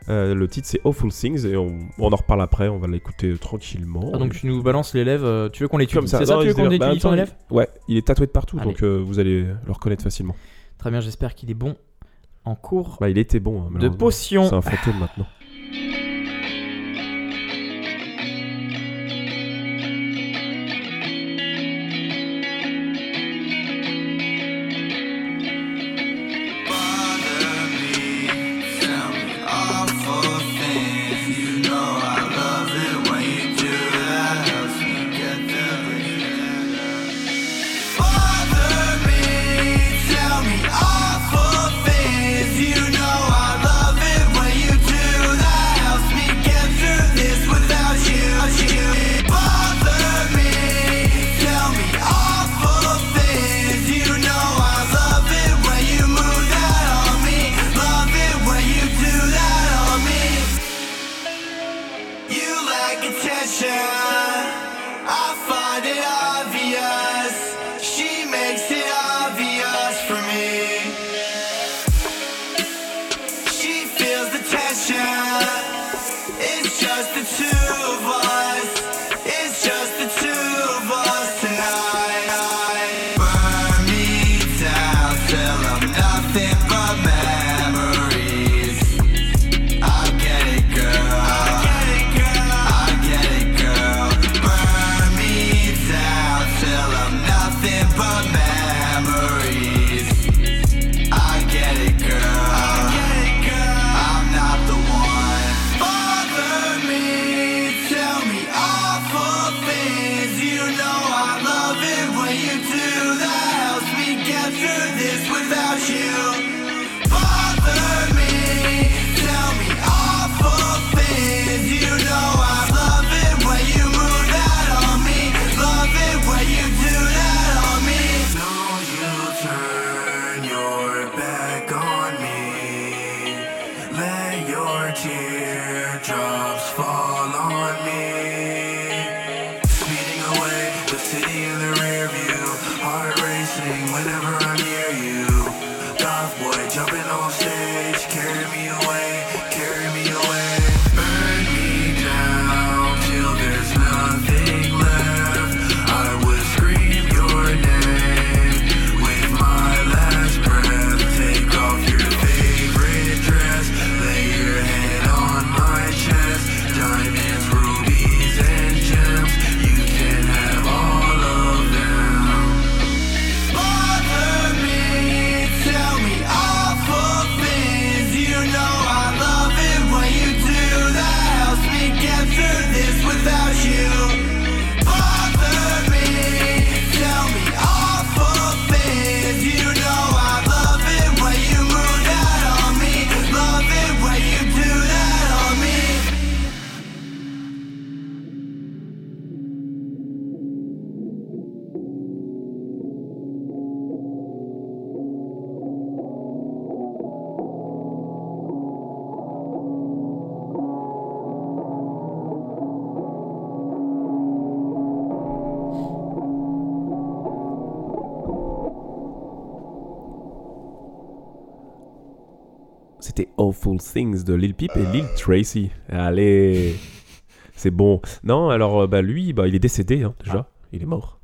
Speaker 2: Euh, le titre c'est Awful Things et on, on en reparle après, on va l'écouter tranquillement.
Speaker 3: Ah, donc tu nous balances l'élève, euh, tu veux qu'on l'étudie
Speaker 2: comme ça.
Speaker 3: C'est ça,
Speaker 2: Non,
Speaker 3: tu veux
Speaker 2: il se
Speaker 3: qu'on
Speaker 2: déverbe. Bah,
Speaker 3: étudie ton
Speaker 2: attends,
Speaker 3: élève
Speaker 2: il- Ouais, il est tatoué de partout
Speaker 3: Allez.
Speaker 2: donc euh, vous allez le reconnaître facilement.
Speaker 3: Très bien, j'espère qu'il est bon en cours
Speaker 2: Bah, il était bon. hein,
Speaker 3: de
Speaker 2: malheureusement. C'est
Speaker 3: potion.
Speaker 2: un fantôme maintenant.
Speaker 4: Love it when you do that on me.
Speaker 10: let your teardrops fall on me. Speeding away, the city in the rear view. Heart racing whenever I'm near you. Goth boy jumping off stage, carry me away, carry me away. Burn me down till there's nothing left. I would scream your name with my last breath. Take off your favorite dress, lay your head on my chest. Diamonds, rubies, and gems. You can have all of them. Bother me, tell me awful things. You know I love it when you do that. Helps me get through this without you. Bother me, tell me awful things. You know I love it when you move that on me. Love it when you do that on me.
Speaker 2: C'était Awful Things de Lil Peep et Lil Tracy. Allez, c'est bon. Non, alors euh, bah lui, bah il est décédé hein, déjà. Il est mort.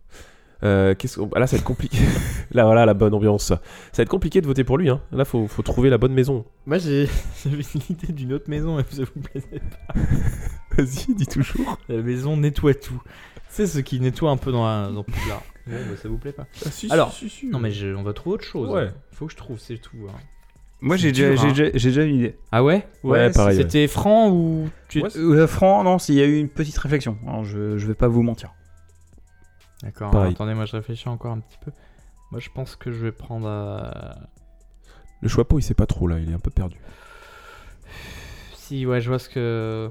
Speaker 2: Euh, qu'est-ce qu'on- ah, là, ça va être compliqué. là, voilà la bonne ambiance. Ça va être compliqué de voter pour lui. Hein. Là, faut, faut trouver la bonne maison.
Speaker 3: Moi j'ai j'avais l'idée d'une autre maison, mais ça vous plaisait pas.
Speaker 2: Vas-y, dis toujours.
Speaker 3: La maison nettoie tout. C'est ce qui nettoie un peu dans, la, dans Poudlard. Bon, bah, ça vous plaît pas.
Speaker 2: Ah,
Speaker 3: Alors, non mais je- on va trouver autre chose.
Speaker 2: Ouais.
Speaker 3: Faut que je trouve, c'est tout. hein.
Speaker 1: Moi, j'ai
Speaker 3: C'est
Speaker 1: déjà,
Speaker 3: dur,
Speaker 1: j'ai
Speaker 3: hein.
Speaker 1: déjà- j'ai déjà une idée.
Speaker 3: Ah ouais
Speaker 2: Ouais, pareil. ouais.
Speaker 3: C'était franc ou tu...
Speaker 1: Ouais, euh, Franck, non, s'il y a eu une petite réflexion. Alors, je, je vais pas vous mentir.
Speaker 3: D'accord.
Speaker 2: Pareil.
Speaker 3: Attendez, moi je réfléchis encore un petit peu. Moi je pense que je vais prendre. euh,
Speaker 2: Le Choixpeau, il sait pas trop là. Il est un peu perdu.
Speaker 3: Si, ouais, je vois ce que.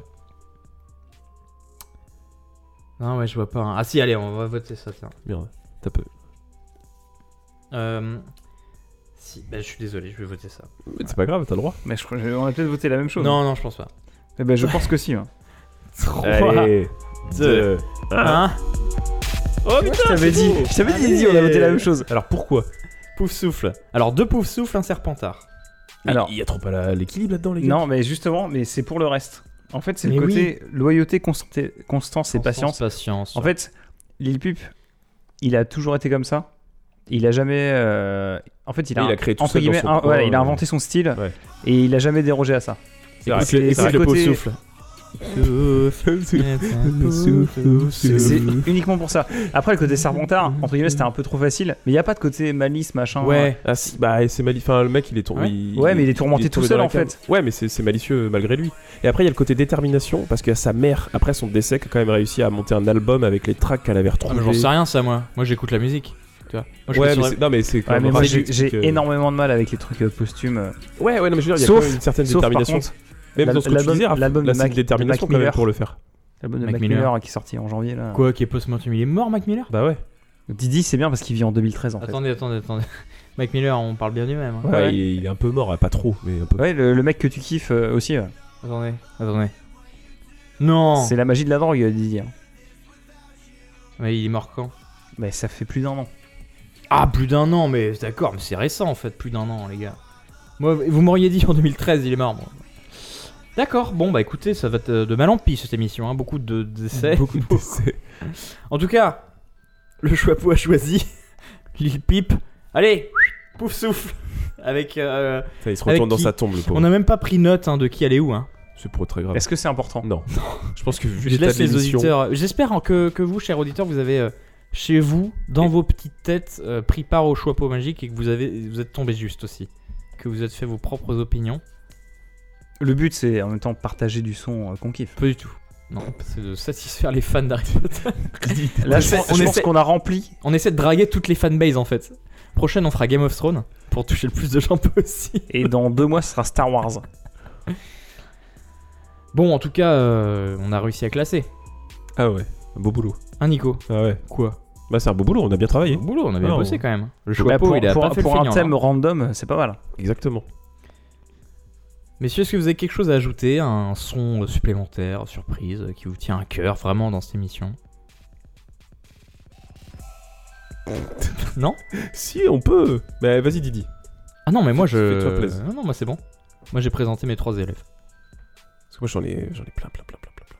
Speaker 3: Non, ouais, je vois pas. hein. Ah, si, allez, on va voter ça, tiens.
Speaker 2: Merde, t'as peu.
Speaker 3: Euh... Si, bah, je suis désolé, je vais voter ça.
Speaker 2: Mais c'est pas grave, t'as le droit.
Speaker 1: Mais je crois- on a peut-être voté la même chose.
Speaker 3: Non, non, je pense pas.
Speaker 1: Eh ben, je pense que si. hein.
Speaker 2: Allez,
Speaker 3: deux,
Speaker 2: deux.
Speaker 1: Ah.
Speaker 3: Hein
Speaker 2: Oh putain,
Speaker 1: Je t'avais dit, je t'avais dit, on a voté la même chose.
Speaker 2: Alors pourquoi
Speaker 3: Pouf souffle. Alors, deux pouf souffle, un serpentard.
Speaker 1: Alors-
Speaker 2: Alors, il y a trop pas la- l'équilibre là-dedans, les gars.
Speaker 1: Non, mais justement, mais c'est pour le reste. En fait, c'est le
Speaker 3: Mais
Speaker 1: côté loyauté, constanté- constance et
Speaker 3: Constance,
Speaker 1: patience.
Speaker 3: patience.
Speaker 1: En fait, Lil Pup, il a toujours été comme ça. Il a jamais. euh, En fait, il a,
Speaker 2: Oui, il a créé tout
Speaker 1: entre
Speaker 2: ça dans
Speaker 1: guillemets,
Speaker 2: son
Speaker 1: un-
Speaker 2: coin,
Speaker 1: voilà, il a
Speaker 2: euh,
Speaker 1: inventé son style
Speaker 2: ouais.
Speaker 1: et il a jamais dérogé à ça.
Speaker 2: C'est vrai,
Speaker 1: Écoute,
Speaker 2: c'est-
Speaker 1: les-
Speaker 2: c'est vrai,
Speaker 1: les
Speaker 2: le pauvre
Speaker 1: côtés-
Speaker 2: souffle.
Speaker 1: C'est c'est uniquement pour ça. Après, le côté serpentard, entre guillemets, c'était un peu trop facile. Mais il n'y a pas de côté malice, machin.
Speaker 3: Ouais.
Speaker 2: Ah si, bah c'est malicieux. Enfin, le mec, il est tombé.
Speaker 3: Ouais.
Speaker 1: Ouais, mais il est tourmenté tout
Speaker 2: tombé
Speaker 1: seul,
Speaker 2: dans la
Speaker 1: en
Speaker 2: cave. Ouais, mais c'est c'est malicieux euh, malgré lui. Et après, il y a le côté détermination parce que sa mère, après son décès, qui a quand même réussi à monter un album avec les tracks qu'elle avait
Speaker 3: Ah,
Speaker 2: retrouvés.
Speaker 3: mais j'en sais rien, ça, moi. Moi, j'écoute la musique. Tu vois. Moi, je
Speaker 2: ouais,
Speaker 3: suis
Speaker 2: mais
Speaker 3: sur-
Speaker 2: c'est- non, mais c'est. quand
Speaker 1: Ouais,
Speaker 2: même
Speaker 1: mais moi,
Speaker 2: un
Speaker 1: j'ai
Speaker 2: truc,
Speaker 1: j'ai
Speaker 2: euh,
Speaker 1: énormément de mal avec les trucs euh, posthumes. euh.
Speaker 2: Ouais, ouais, non, mais je veux dire, il y a
Speaker 1: Sauf-
Speaker 2: quand même une certaine
Speaker 1: sauf, par
Speaker 2: détermination.
Speaker 1: contre,
Speaker 2: Même
Speaker 1: l'al-
Speaker 2: dans ce que tu
Speaker 1: l'album-
Speaker 2: disais, Raph,
Speaker 1: l'album de
Speaker 2: là, c'est
Speaker 1: Mac-
Speaker 2: une
Speaker 1: de
Speaker 2: détermination
Speaker 1: Mac
Speaker 2: quand même
Speaker 1: Miller.
Speaker 2: pour le faire.
Speaker 1: L'album de
Speaker 3: Mac
Speaker 1: Mac
Speaker 3: Miller.
Speaker 1: Miller. qui est sorti en janvier. Là.
Speaker 3: Quoi, qui est post-mortem Il est mort, Mac Miller
Speaker 2: Bah ouais.
Speaker 1: Didi, c'est bien parce qu'il vit en 2013 en fait.
Speaker 3: Attendez, attendez, attendez. Mac Miller, on parle bien du même. hein.
Speaker 2: Ouais,
Speaker 1: ouais.
Speaker 2: Il, est, il est un peu mort, pas trop, mais un peu.
Speaker 1: Ouais, le, le mec que tu kiffes euh, aussi, euh,
Speaker 3: Attendez, attendez. Non
Speaker 1: c'est la magie de la drogue, euh, Didi. hein.
Speaker 3: Mais il est mort quand
Speaker 1: Mais ça fait plus d'un an.
Speaker 3: Ah, plus d'un an, mais d'accord, mais c'est récent en fait, plus d'un an, les gars. Moi, vous m'auriez dit en 2013, il est mort, moi. D'accord, bon, bah écoutez, ça va être euh, de mal en pis cette émission, hein, beaucoup de décès.
Speaker 2: Beaucoup de décès.
Speaker 3: En tout cas, le Choixpeau a choisi Lil Pipe. Allez, pouf souffle Avec. euh,
Speaker 2: Putain, il se
Speaker 3: Avec
Speaker 2: retourne dans
Speaker 3: qui
Speaker 2: sa tombe, le pauvre.
Speaker 3: on n'a même pas pris note hein, de qui allait où, hein.
Speaker 2: C'est pas très grave.
Speaker 1: Est-ce que c'est important
Speaker 2: Non. Je pense que vu
Speaker 3: Je
Speaker 2: l'état
Speaker 3: laisse
Speaker 2: de
Speaker 3: les
Speaker 2: l'émission,
Speaker 3: auditeurs. J'espère hein, que, que vous, chers auditeurs, vous avez euh, chez vous, dans vos petites têtes, euh, pris part au choix pot magique et que vous, avez, vous êtes tombé juste aussi. Que vous êtes fait vos propres opinions.
Speaker 1: Le but, c'est en même temps partager du son euh, qu'on kiffe.
Speaker 3: Pas du tout. Non, c'est de satisfaire les fans d'Harry Potter.
Speaker 1: Là, je
Speaker 3: On
Speaker 1: pense, je pense
Speaker 3: essaie-
Speaker 1: qu'on a rempli.
Speaker 3: On essaie de draguer toutes les fanbases en fait. Prochaine, on fera Game of Thrones pour toucher le plus de gens possible.
Speaker 1: Et dans deux mois, ce sera Star Wars.
Speaker 3: Bon, en tout cas, euh, on a réussi à classer.
Speaker 2: Ah ouais, un beau boulot.
Speaker 3: Hein, Nico
Speaker 2: Ah ouais.
Speaker 3: Quoi
Speaker 2: Bah c'est un beau boulot, on a bien travaillé.
Speaker 3: Boulot, on a bien
Speaker 2: Non.
Speaker 3: bossé quand même. Le
Speaker 1: Bah,
Speaker 3: choix
Speaker 1: pour
Speaker 3: il a
Speaker 1: pour-
Speaker 3: pas fait
Speaker 1: pour
Speaker 3: le
Speaker 1: un
Speaker 3: feignant,
Speaker 1: thème
Speaker 3: là.
Speaker 1: random, c'est pas mal.
Speaker 2: Exactement.
Speaker 3: Messieurs, est-ce que vous avez quelque chose à ajouter Un son euh, supplémentaire, surprise, euh, qui vous tient à cœur vraiment dans cette émission Non
Speaker 2: Si, on peut Bah, vas-y, Didi.
Speaker 3: Ah non, mais moi je.
Speaker 2: Fais-toi plaisir.
Speaker 3: Ah non, moi c'est bon. Moi j'ai présenté mes trois élèves.
Speaker 2: Parce que moi, j'en ai, j'en ai plein, plein, plein, plein, plein. plein.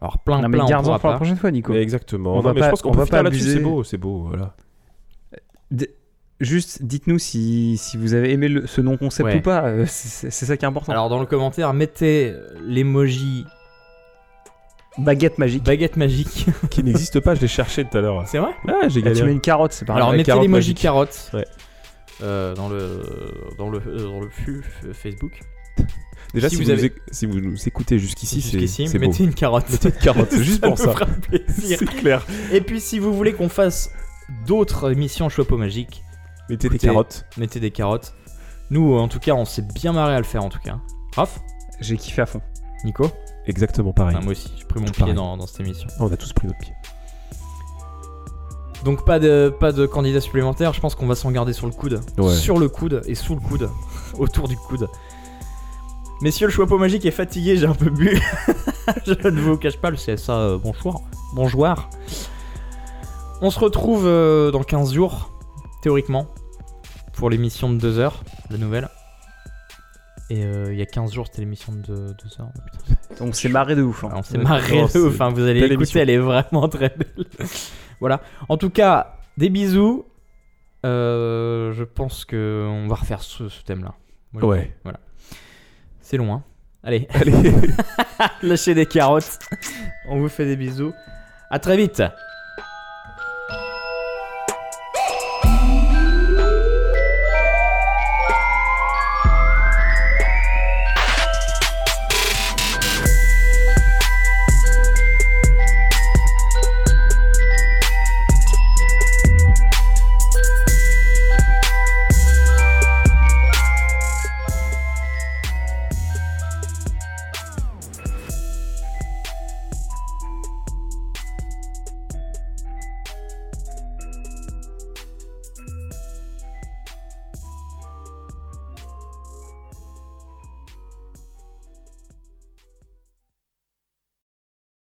Speaker 3: Alors plein,
Speaker 1: Non, mais
Speaker 3: plein, on
Speaker 1: garde-en
Speaker 3: pourra
Speaker 1: pour la
Speaker 3: pas.
Speaker 1: prochaine fois, Nico.
Speaker 2: Mais exactement.
Speaker 1: On
Speaker 2: non,
Speaker 1: va
Speaker 2: mais
Speaker 1: pas-
Speaker 2: je pense qu'on
Speaker 1: on va
Speaker 2: peut
Speaker 1: pas
Speaker 2: faire là-dessus,
Speaker 1: abuser.
Speaker 2: c'est beau, c'est beau, voilà.
Speaker 1: D- Juste, dites-nous si, si vous avez aimé le- ce non-concept
Speaker 3: Ouais.
Speaker 1: ou pas. euh, C'est c'est- c'est ça qui est important.
Speaker 3: Alors dans le commentaire, mettez euh, l'emoji
Speaker 1: Baguette magique.
Speaker 3: baguette magique.
Speaker 2: Qui n'existe pas, je l'ai cherché tout à l'heure.
Speaker 3: c'est vrai
Speaker 2: Ah, j'ai
Speaker 1: Ah, tu mets
Speaker 2: galéré.
Speaker 1: une carotte, c'est pas
Speaker 3: Alors
Speaker 1: grave.
Speaker 2: la
Speaker 3: mettez
Speaker 2: carotte
Speaker 3: l'emoji
Speaker 2: magique.
Speaker 3: carotte.
Speaker 2: Ouais.
Speaker 3: euh, dans le dans le euh, dans le flux f- Facebook.
Speaker 2: Déjà,
Speaker 3: si
Speaker 2: si,
Speaker 3: vous
Speaker 2: vous
Speaker 3: avez-
Speaker 2: éc- si vous nous écoutez jusqu'ici, c'est
Speaker 3: Jusqu'ici,
Speaker 2: c'est beau.
Speaker 3: mettez une carotte.
Speaker 2: Mettez une carotte, juste pour
Speaker 3: nous
Speaker 2: ça.
Speaker 3: fera plaisir.
Speaker 2: C'est clair.
Speaker 3: Et puis si vous voulez qu'on fasse d'autres émissions Chopo Magique,
Speaker 2: Mettez des
Speaker 3: Écoutez,
Speaker 2: carottes.
Speaker 3: mettez des carottes. Nous en tout cas, on s'est bien marré à le faire en tout cas. Raph,
Speaker 1: J'ai kiffé à fond.
Speaker 3: Nico,
Speaker 2: Exactement pareil.
Speaker 3: Enfin, moi aussi, j'ai pris mon
Speaker 2: Tout
Speaker 3: pied
Speaker 2: pareil.
Speaker 3: dans, dans cette émission.
Speaker 2: on a tous pris notre pied.
Speaker 3: Donc pas de pas de candidat supplémentaire, je pense qu'on va s'en garder sur le coude.
Speaker 2: Ouais.
Speaker 3: Sur le coude et sous le coude. Autour du coude. Messieurs, le Chopo Magique est fatigué, j'ai un peu bu. je ne vous cache pas, le CSA, euh, bonjour. Bonjour. On se retrouve euh, dans 15 jours, théoriquement, pour l'émission de 2 heures, la nouvelle. Et euh, il y a 15 jours, c'était l'émission de 2 heures. Oh, putain.
Speaker 1: On s'est marré de ouf. hein.
Speaker 3: Ouais, on s'est marré
Speaker 2: Non,
Speaker 3: de
Speaker 2: c'est
Speaker 3: ouf, hein, vous allez
Speaker 2: belle
Speaker 3: l'écouter,
Speaker 2: émission.
Speaker 3: elle est vraiment très belle. voilà. En tout cas, des bisous. Euh, je pense que on va refaire ce, ce thème-là. Moi, je-
Speaker 2: Ouais.
Speaker 3: Voilà. C'est loin. Allez. Allez. Lâchez des carottes. On vous fait des bisous. À très vite.